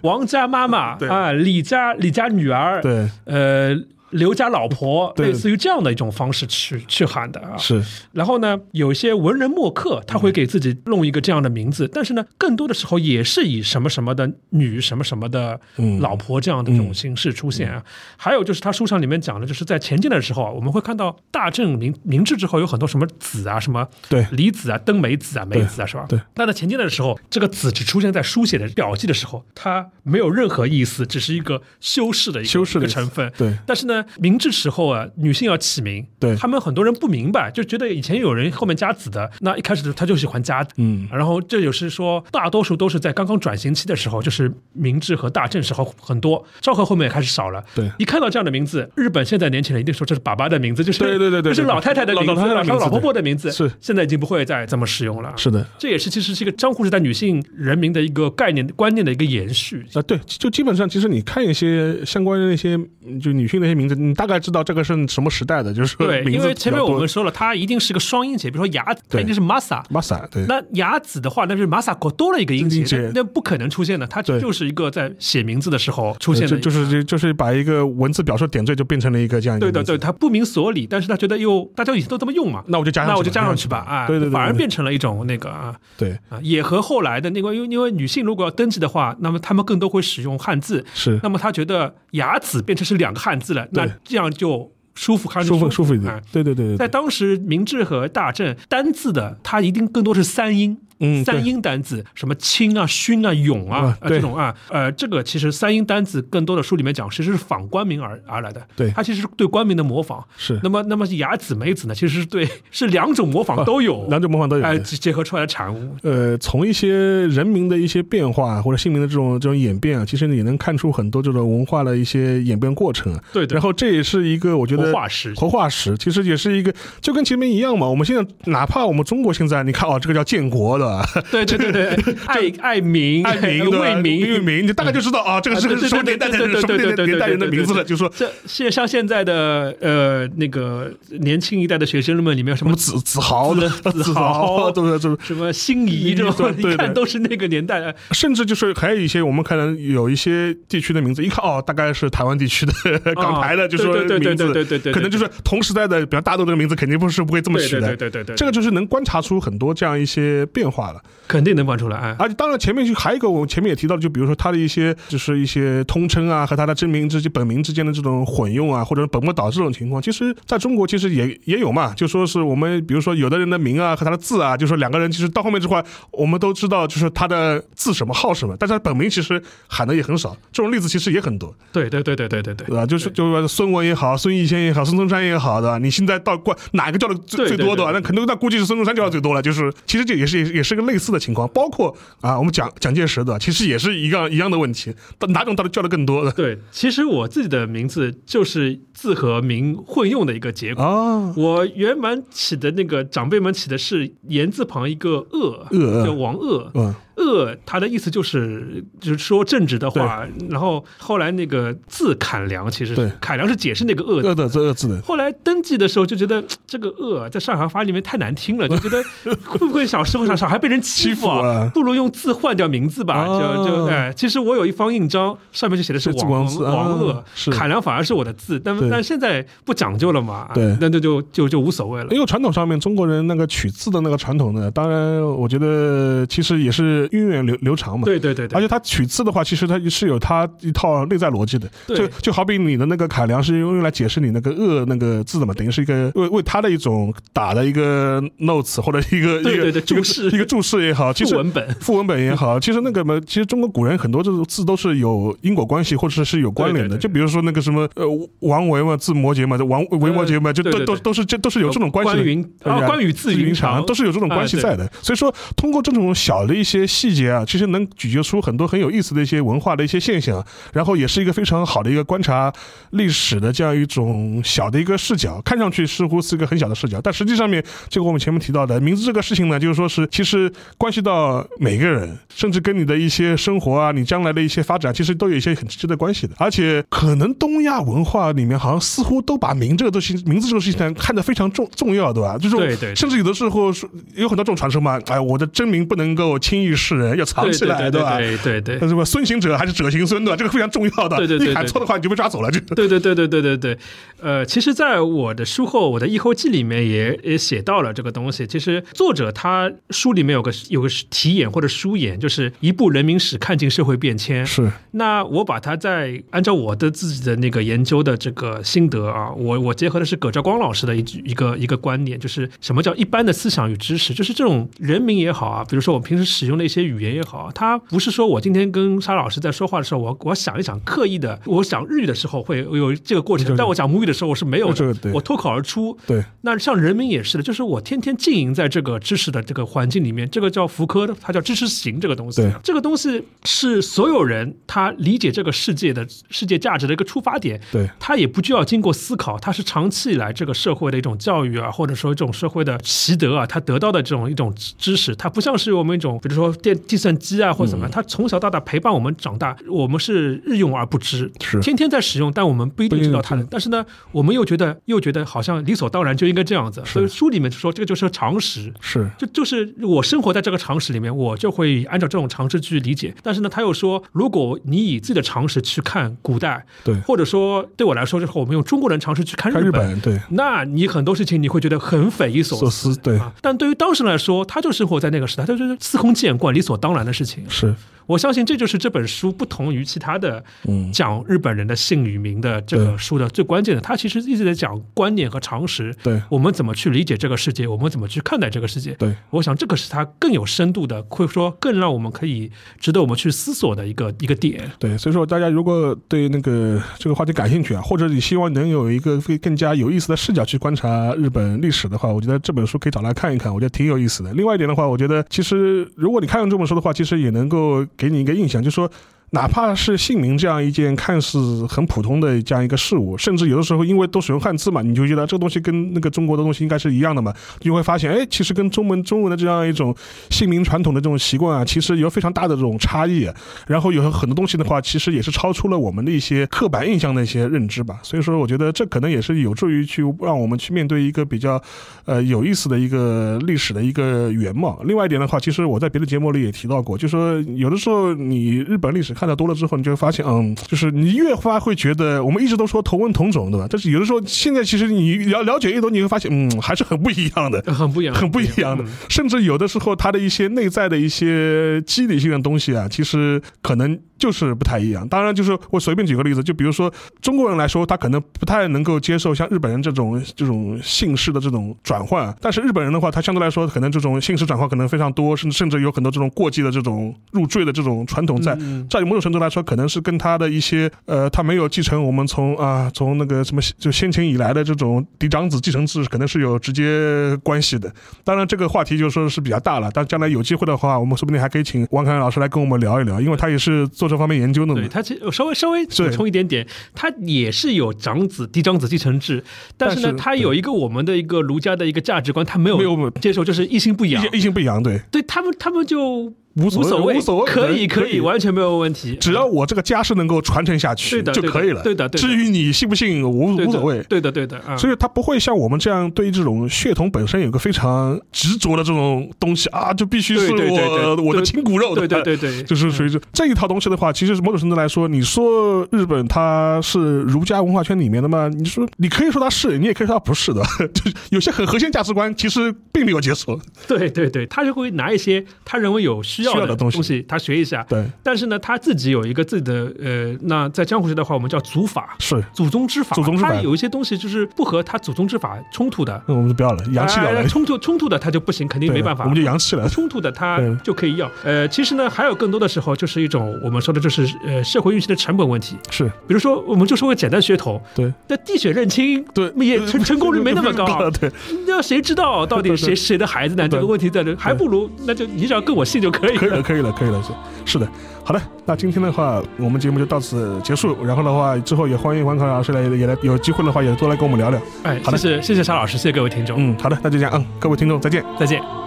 Speaker 2: 王家妈妈
Speaker 1: 对
Speaker 2: 啊，李家李家女儿，
Speaker 1: 对
Speaker 2: 呃，刘家老婆，
Speaker 1: 对
Speaker 2: 类似于这样的一种方式去去喊的啊。
Speaker 1: 是，
Speaker 2: 然后呢，有一些文人墨客，他会给自己弄一个这样的
Speaker 1: 嗯
Speaker 2: 名字，但是呢，更多的时候也是以什么什么的女什么什么的
Speaker 1: 嗯
Speaker 2: 老婆这样的这种形式出现啊。还有就是他书上里面讲的，就是在前进的时候啊，我们会看到大正明明治之后有很多什么子啊，什么
Speaker 1: 对
Speaker 2: 李子啊、登梅子啊、梅子啊，是吧？
Speaker 1: 对。
Speaker 2: 但在前进的时候，这个子只出现在书写的表记的时候，它没有任何意思，只是一个修饰的一个
Speaker 1: 修饰的
Speaker 2: 一个
Speaker 1: 意思
Speaker 2: 成分。
Speaker 1: 对
Speaker 2: 但是呢，明治时候啊，女性要起名，
Speaker 1: 对
Speaker 2: 他们很多人不明白，就觉得以前有人后面加子的，那一开始他就喜欢加子。
Speaker 1: 嗯
Speaker 2: 然后这就是说，大多数都是在刚刚转型期的时候，就是明治和大正时候很多，昭和后面也开始少了。
Speaker 1: 对
Speaker 2: 一看到这样的名字，日本现在年轻人一定说这是爸爸的名字，就是
Speaker 1: 对对对对
Speaker 2: 这是
Speaker 1: 对
Speaker 2: 老太太的
Speaker 1: 老
Speaker 2: 名字，
Speaker 1: 老太太的
Speaker 2: 然后
Speaker 1: 名字
Speaker 2: 老婆婆
Speaker 1: 对
Speaker 2: 的名字，
Speaker 1: 是
Speaker 2: 现在已经不会再这么使用了。
Speaker 1: 是的，
Speaker 2: 这也是其实是一个江户时代女性人民的一个概念观念的一个延续。
Speaker 1: 啊，对，就基本上，其实你看一些相关的那些，嗯就女性的一些名字，你大概知道这个是什么时代的， 就是说
Speaker 2: 对，
Speaker 1: 名
Speaker 2: 因
Speaker 1: 字
Speaker 2: 为
Speaker 1: 比
Speaker 2: 前
Speaker 1: 较
Speaker 2: 面我
Speaker 1: 多
Speaker 2: 们说了，它一定是个双音节，比如说雅子，它
Speaker 1: 对
Speaker 2: 一定是 masa。
Speaker 1: Masa 对
Speaker 2: 那雅子的话，那就是 masa 国多了一个音
Speaker 1: 音
Speaker 2: 节，
Speaker 1: 节
Speaker 2: 那那不可能出现的，它
Speaker 1: 对
Speaker 2: 就是一个在写名字的时候出现
Speaker 1: 就
Speaker 2: 的，
Speaker 1: 就是就就是把一个文字表述点缀就变成了一个这样一个
Speaker 2: 对的
Speaker 1: 名字
Speaker 2: 对，它不明所理，但是他觉得又大家以前都这么用嘛，
Speaker 1: 那我就加上去吧
Speaker 2: 那我就加上去吧啊，
Speaker 1: 对对对对
Speaker 2: 反而
Speaker 1: 对
Speaker 2: 变成了一种那个啊
Speaker 1: 对
Speaker 2: 啊，也和后来的那个，因为因为女性如果要登记的话，那么她们更多会使用汉字，
Speaker 1: 是
Speaker 2: 那么他觉得雅子变成是两个汉字了，那
Speaker 1: 对
Speaker 2: 这样就舒服，看着
Speaker 1: 舒服舒服一
Speaker 2: 啊
Speaker 1: 点，对对对对
Speaker 2: 在
Speaker 1: 对，
Speaker 2: 当时，明治和大正单字的，它一定更多是三音，
Speaker 1: 嗯
Speaker 2: 三
Speaker 1: 对
Speaker 2: 音单字，什么清啊、勋啊、勇
Speaker 1: 啊
Speaker 2: 啊，呃
Speaker 1: 对
Speaker 2: 这种啊，呃，这个其实三音单字更多的书里面讲，其实是仿官名而而来的，
Speaker 1: 对
Speaker 2: 它其实是对官名的模仿。
Speaker 1: 是
Speaker 2: 那么，那么雅子、美子呢，其实是对是两种模仿都有，
Speaker 1: 啊两种模仿都有。
Speaker 2: 哎
Speaker 1: 对
Speaker 2: 结结合出来的产物。
Speaker 1: 呃，从一些人名的一些变化或者姓名的这种这种演变啊，其实也能看出很多这种文化的一些演变过程啊。
Speaker 2: 对的
Speaker 1: 然，后这也是一个我觉
Speaker 2: 活
Speaker 1: 得
Speaker 2: 化石。
Speaker 1: 活化石，其实也是一个就跟前面一样嘛。我们现在哪怕我们中国现在，你看哦，这个叫建国的，
Speaker 2: 对对对 对，爱爱民
Speaker 1: 爱民 对吧
Speaker 2: 为民
Speaker 1: 为民，你大概就知道啊，这个
Speaker 2: 哎啊
Speaker 1: 是
Speaker 2: 对对
Speaker 1: 什么年代的人，
Speaker 2: 对对
Speaker 1: 什么
Speaker 2: 对
Speaker 1: 年代
Speaker 2: 对对对
Speaker 1: 年代人的名字了，
Speaker 2: 对对对
Speaker 1: 就说
Speaker 2: 这现像现在的呃那个年轻一代的学生们里面有什
Speaker 1: 什么
Speaker 2: 么
Speaker 1: 子子豪的
Speaker 2: 子
Speaker 1: 子
Speaker 2: 子
Speaker 1: 豪，
Speaker 2: 豪
Speaker 1: 对不对？对不对
Speaker 2: 什么心仪这
Speaker 1: 对
Speaker 2: 种，啊
Speaker 1: 对
Speaker 2: 一看
Speaker 1: 对
Speaker 2: 都是那个年代的。
Speaker 1: 甚至就是还有一些我们可能有一些地区的名字，一看哦，大概是台湾地区的 呃港台的，就说
Speaker 2: 啊对对对
Speaker 1: 名字，
Speaker 2: 对对对对对
Speaker 1: 可能就是同时代的，比方大陆这个名字肯定不是不会这么
Speaker 2: 对
Speaker 1: 取
Speaker 2: 对对
Speaker 1: 的。
Speaker 2: 对对对，
Speaker 1: 这个就是能观察出很多这样一些变化了，
Speaker 2: 肯定能玩出来啊。
Speaker 1: 而且当然前面就还有一个我前面也提到的，就比如说他的一些就是一些通称啊和他的真名之间本名之间的这种混用啊，或者本末倒置这种情况，其实在中国其实也也有嘛，就说是我们比如说有的人的名啊和他的字啊，就说两个人其实到后面这块我们都知道就是他的字什么号什么，但是他本名其实喊的也很少，这种例子其实也很多，
Speaker 2: 对对对对对对对
Speaker 1: 对。吧？就是就是说孙文也好，孙逸仙也好，孙中山也好的，你现在到冠哪个叫的最
Speaker 2: 对
Speaker 1: 最
Speaker 2: 对
Speaker 1: 多的？
Speaker 2: 对
Speaker 1: 那可能那估计是孙中山叫的最多了。就是其实这也是也是也是个类似的情况，包括啊，我们蒋蒋介石的，其实也是一样一样的问题，到哪种到底叫的更多的？
Speaker 2: 对，其实我自己的名字就是字和名混用的一个结果。
Speaker 1: 啊，
Speaker 2: 我原本起的那个长辈们起的是言字旁一个鄂，
Speaker 1: 鄂
Speaker 2: 叫王鄂。
Speaker 1: 嗯，
Speaker 2: 恶，它的意思就是就是说正直的话，然后后来那个字砍良，其实
Speaker 1: 对
Speaker 2: 砍良是解释那个恶的
Speaker 1: 恶的这恶字的，
Speaker 2: 后来登记的时候就觉得这个“恶”啊在上海话里面太难听了，就 觉得会不会小时候小小孩被人欺负
Speaker 1: 欺负
Speaker 2: 啊
Speaker 1: 啊？
Speaker 2: 不如用字换掉名字吧。就就
Speaker 1: 哦
Speaker 2: 哎，其实我有一方印章，上面就写的是
Speaker 1: 是字
Speaker 2: 王
Speaker 1: 光字
Speaker 2: 王恶
Speaker 1: 啊，是
Speaker 2: 砍梁反而是我的字，但
Speaker 1: 对
Speaker 2: 但现在不讲究了嘛，
Speaker 1: 对嗯
Speaker 2: 那就就就就无所谓了。
Speaker 1: 因为传统上面中国人那个取字的那个传统呢，当然我觉得其实也是源远流流长嘛。
Speaker 2: 对对对
Speaker 1: 而
Speaker 2: 对，
Speaker 1: 且它取字的话，其实它是有它一套内在逻辑的。
Speaker 2: 对
Speaker 1: 就就好比你的那个改良是用来解释你那个恶那个字的嘛，等于是一个为为它的一种打的一个 notes 或者一个
Speaker 2: 对
Speaker 1: 一个一
Speaker 2: 对对
Speaker 1: 个
Speaker 2: 注释
Speaker 1: 一个注释也好， 其
Speaker 2: 注
Speaker 1: 实
Speaker 2: 文本。
Speaker 1: 副文本也好，其实那个嘛，其实中国古人很多这种字都是有因果关系或者是有关联的。
Speaker 2: 对对对
Speaker 1: 就比如说那个什么呃王维嘛，字摩诘嘛，这王维摩诘嘛，就
Speaker 2: 对
Speaker 1: 都
Speaker 2: 对
Speaker 1: 都
Speaker 2: 对
Speaker 1: 都是这都是有这种关系
Speaker 2: 关
Speaker 1: 的。
Speaker 2: 云
Speaker 1: 哎
Speaker 2: 啊，
Speaker 1: 呀
Speaker 2: 关羽字云长
Speaker 1: 都是有这种关系
Speaker 2: 啊对
Speaker 1: 在的，所以说通过这种小的一些细节啊，其实能咀嚼出很多很有意思的一些文化的一些现象，然后也是一个非常好的一个观察历史的这样一种小的一个视角，看上去似乎是一个很小的视角，但实际上面，这个我们前面提到的名字这个事情呢，就是说是其实关系到每个人，甚至跟你的一些生活啊，你将来的一些发展，其实都有一些很直接的关系的。而且可能东亚文化里面好像似乎都把名这个东西，名字这个事情呢看得非常重重要，对吧？就是
Speaker 2: 对对对
Speaker 1: 甚至有的时候说有很多这种传说嘛，哎，我的真名不能够轻易示人，要藏
Speaker 2: 对
Speaker 1: 起来，
Speaker 2: 对对
Speaker 1: 吧？
Speaker 2: 对对对。
Speaker 1: 那什么孙行者还是者行孙，对吧？这个非常重要的，
Speaker 2: 对对 对
Speaker 1: 你喊
Speaker 2: 对
Speaker 1: 错的话你就被抓走了，这个。
Speaker 2: 对对对对对对对，呃，其实，在我的书后，我的《译后记》里面也也写到了这个东西。其实作者他书里面有个有个题眼或者书眼，就是一部人民史看尽社会变迁。
Speaker 1: 是
Speaker 2: 那我把它在按照我的自己的那个研究的这个心得啊，我我结合的是葛兆光老师的一句一个一个观点，就是什么叫一般的思想与知识，就是这种人名也好啊，比如说我们平时使用的一些语言也好啊，它不是说我今天跟沙老师在说话的时候，我我想一想刻意的，我想日语的时候会有这个过
Speaker 1: 对
Speaker 2: 程，
Speaker 1: 对
Speaker 2: 但我讲母语的时候我是没有
Speaker 1: 对对
Speaker 2: 的
Speaker 1: 对，
Speaker 2: 我脱口而出，
Speaker 1: 对，
Speaker 2: 那像人民也是的，就是我天天浸淫在这个知识的这个环境里面，这个叫福柯，它叫知识型这个东西
Speaker 1: 对，
Speaker 2: 这个东西是所有人他理解这个世界的世界价值的一个出发点。
Speaker 1: 对，
Speaker 2: 他也不需要经过思考，他是长期以来这个社会的一种教育啊，或者说这种社会的习得啊，他得到的这种一种知识，它不像是我们一种，比如说电计算机啊或者怎么样，它从小到大陪伴我们长大，我们是日用而不知，
Speaker 1: 是
Speaker 2: 天天在使用，但我们不一定知道它的。但是呢，我们又觉得又觉得好像理所当然就应该这样子，所以书里面就说这个就是常识。
Speaker 1: 是
Speaker 2: 就就是我生活在这个常识里面，我就会按照这种常识去理解。但是呢，他又说，如果你以自己的常识去看古代，
Speaker 1: 对
Speaker 2: 或者说对我来说，就是我们用中国人常识去看
Speaker 1: 看
Speaker 2: 日
Speaker 1: 日
Speaker 2: 本，
Speaker 1: 本，对，
Speaker 2: 那你很多事情你会觉得很匪夷所
Speaker 1: 寿
Speaker 2: 思。
Speaker 1: 司，对，
Speaker 2: 啊，但对于当时来说，他就生活在那个时代，他就是司空见惯、理所当然的事情。
Speaker 1: 是，
Speaker 2: 我相信这就是这本书不同于其他的
Speaker 1: 嗯，
Speaker 2: 讲日本人的姓与名的这个
Speaker 1: 对
Speaker 2: 书的最关键的，它其实一直在讲观念和常识。
Speaker 1: 对，
Speaker 2: 我们怎么去理解这个世界？我们怎么去看待这个世界？
Speaker 1: 对，
Speaker 2: 我想这个是它更有深度的，或者说更让我们可以值得我们去思索的一个一个点。
Speaker 1: 对，所以说大家如果对那个这个话题感兴趣啊，或者你希望能有一个更更加有意思的视角去观察日本历史的话，我觉得这本书可以找来看一看，我觉得挺有意思的。另外一点的话，我觉得其实如果你看了这本书的话，其实也能够给你一个印象，就是说。哪怕是姓名这样一件看似很普通的这样一个事物，甚至有的时候因为都使用汉字嘛，你就觉得这个东西跟那个中国的东西应该是一样的嘛，你就会发现，哎，其实跟中文中文的这样一种姓名传统的这种习惯啊，其实有非常大的这种差异、啊。然后有很多东西的话，其实也是超出了我们的一些刻板印象的一些认知吧。所以说，我觉得这可能也是有助于去让我们去面对一个比较呃有意思的一个历史的一个原貌。另外一点的话，其实我在别的节目里也提到过，就说有的时候你日本历史看的多了之后，你就会发现，嗯，就是你越发会觉得我们一直都说同文同种，对吧？但是有的时候现在其实你了了解越多，你会发现，嗯，还是很不一样的。
Speaker 2: 很不一样，
Speaker 1: 很不一样的
Speaker 2: 嗯，
Speaker 1: 甚至有的时候它的一些内在的一些机理性的东西啊，其实可能就是不太一样。当然，就是我随便举个例子，就比如说中国人来说，他可能不太能够接受像日本人这种这种姓氏的这种转换，但是日本人的话，他相对来说可能这种姓氏转啊换可能非常多，甚甚至有很多这种过继的这种入赘的这种传统在。
Speaker 2: 嗯
Speaker 1: 在某种程度来说，可能是跟他的一些呃，他没有继承我们从啊从那个什么就先秦以来的这种嫡长子继承制，可能是有直接关系的。当然，这个话题就说是比较大了，但将来有机会的话，我们说不定还可以请王凯老师来跟我们聊一聊，因为他也是做这方面研究的嘛
Speaker 2: 嗯对。他其实稍微稍微
Speaker 1: 对
Speaker 2: 补充一点点，他也是有长子、嫡长子继承制，但是
Speaker 1: 但
Speaker 2: 呢，
Speaker 1: 是
Speaker 2: 他有一个我们的一个儒家的一个价值观，他没有
Speaker 1: 没有
Speaker 2: 接受，就是一心不
Speaker 1: 异
Speaker 2: 养
Speaker 1: 性。异性不一样，对
Speaker 2: 对他们，他们就
Speaker 1: 无
Speaker 2: 无所
Speaker 1: 谓，
Speaker 2: 谓，
Speaker 1: 无所
Speaker 2: 可
Speaker 1: 以
Speaker 2: 以可
Speaker 1: 以，
Speaker 2: 完全没有问题，
Speaker 1: 只要我这个家世能够传承下
Speaker 2: 对
Speaker 1: 去
Speaker 2: 的
Speaker 1: 就
Speaker 2: 对的
Speaker 1: 可以了。
Speaker 2: 对的对的
Speaker 1: 至于你信不信，无
Speaker 2: 对的
Speaker 1: 无所谓。
Speaker 2: 对的对的啊，
Speaker 1: 所以他不会像我们这样对这种血统本身有个非常执着的这种东西啊，就必须是
Speaker 2: 对对
Speaker 1: 我
Speaker 2: 对
Speaker 1: 呃
Speaker 2: 对对
Speaker 1: 我的亲骨肉
Speaker 2: 对
Speaker 1: 的。呃
Speaker 2: 对对嗯对，
Speaker 1: 就是属于这这一套东西的话，其实某种程度来说，你说日本它是儒家文化圈里面的嘛，你说你可以说它是，你也可以说它不是的， 就是有些很核心价值观其实并没有接受。
Speaker 2: 对对对，他就会拿一些他认为有需
Speaker 1: 需要
Speaker 2: 要
Speaker 1: 的
Speaker 2: 的
Speaker 1: 东
Speaker 2: 东
Speaker 1: 西
Speaker 2: 西，他学一下。
Speaker 1: 对，
Speaker 2: 但是呢，他自己有一个自己的呃，那在江湖时代的话，我们叫祖法、
Speaker 1: 是，
Speaker 2: 祖宗之法。
Speaker 1: 祖宗之法
Speaker 2: 他有一些东西就是不和他祖宗之法冲突的，
Speaker 1: 那我们就不要了，洋气了
Speaker 2: 哎
Speaker 1: 了，
Speaker 2: 冲突冲突的他就不行，肯定
Speaker 1: 对
Speaker 2: 没办法
Speaker 1: 我们。就洋气了。
Speaker 2: 冲突的他
Speaker 1: 对
Speaker 2: 就可以要。呃，其实呢，还有更多的时候就是一种我们说的就是呃社会运行的成本问题。
Speaker 1: 是
Speaker 2: 比如说，我们就说个简单噱头，
Speaker 1: 对
Speaker 2: 那滴血认亲。
Speaker 1: 对，
Speaker 2: 也成成功率没那么高，
Speaker 1: 对，
Speaker 2: 那谁知道到底
Speaker 1: 对对对
Speaker 2: 谁谁的孩子呢？这
Speaker 1: 对
Speaker 2: 个问题在这，还不如那就你只要跟我姓就可 以
Speaker 1: 可以
Speaker 2: 了。
Speaker 1: 了，可以了，可以了，是是的，好的，那今天的话，我们节目就到此结束。然后的话，之后也欢迎王康老师来，也来有机会的话也多来跟我们聊聊。
Speaker 2: 哎，
Speaker 1: 好的
Speaker 2: 谢谢谢谢沙老师，谢谢各位听众，
Speaker 1: 嗯，好的，那就这样，嗯，各位听众再见。
Speaker 2: 再见。
Speaker 1: 拜拜。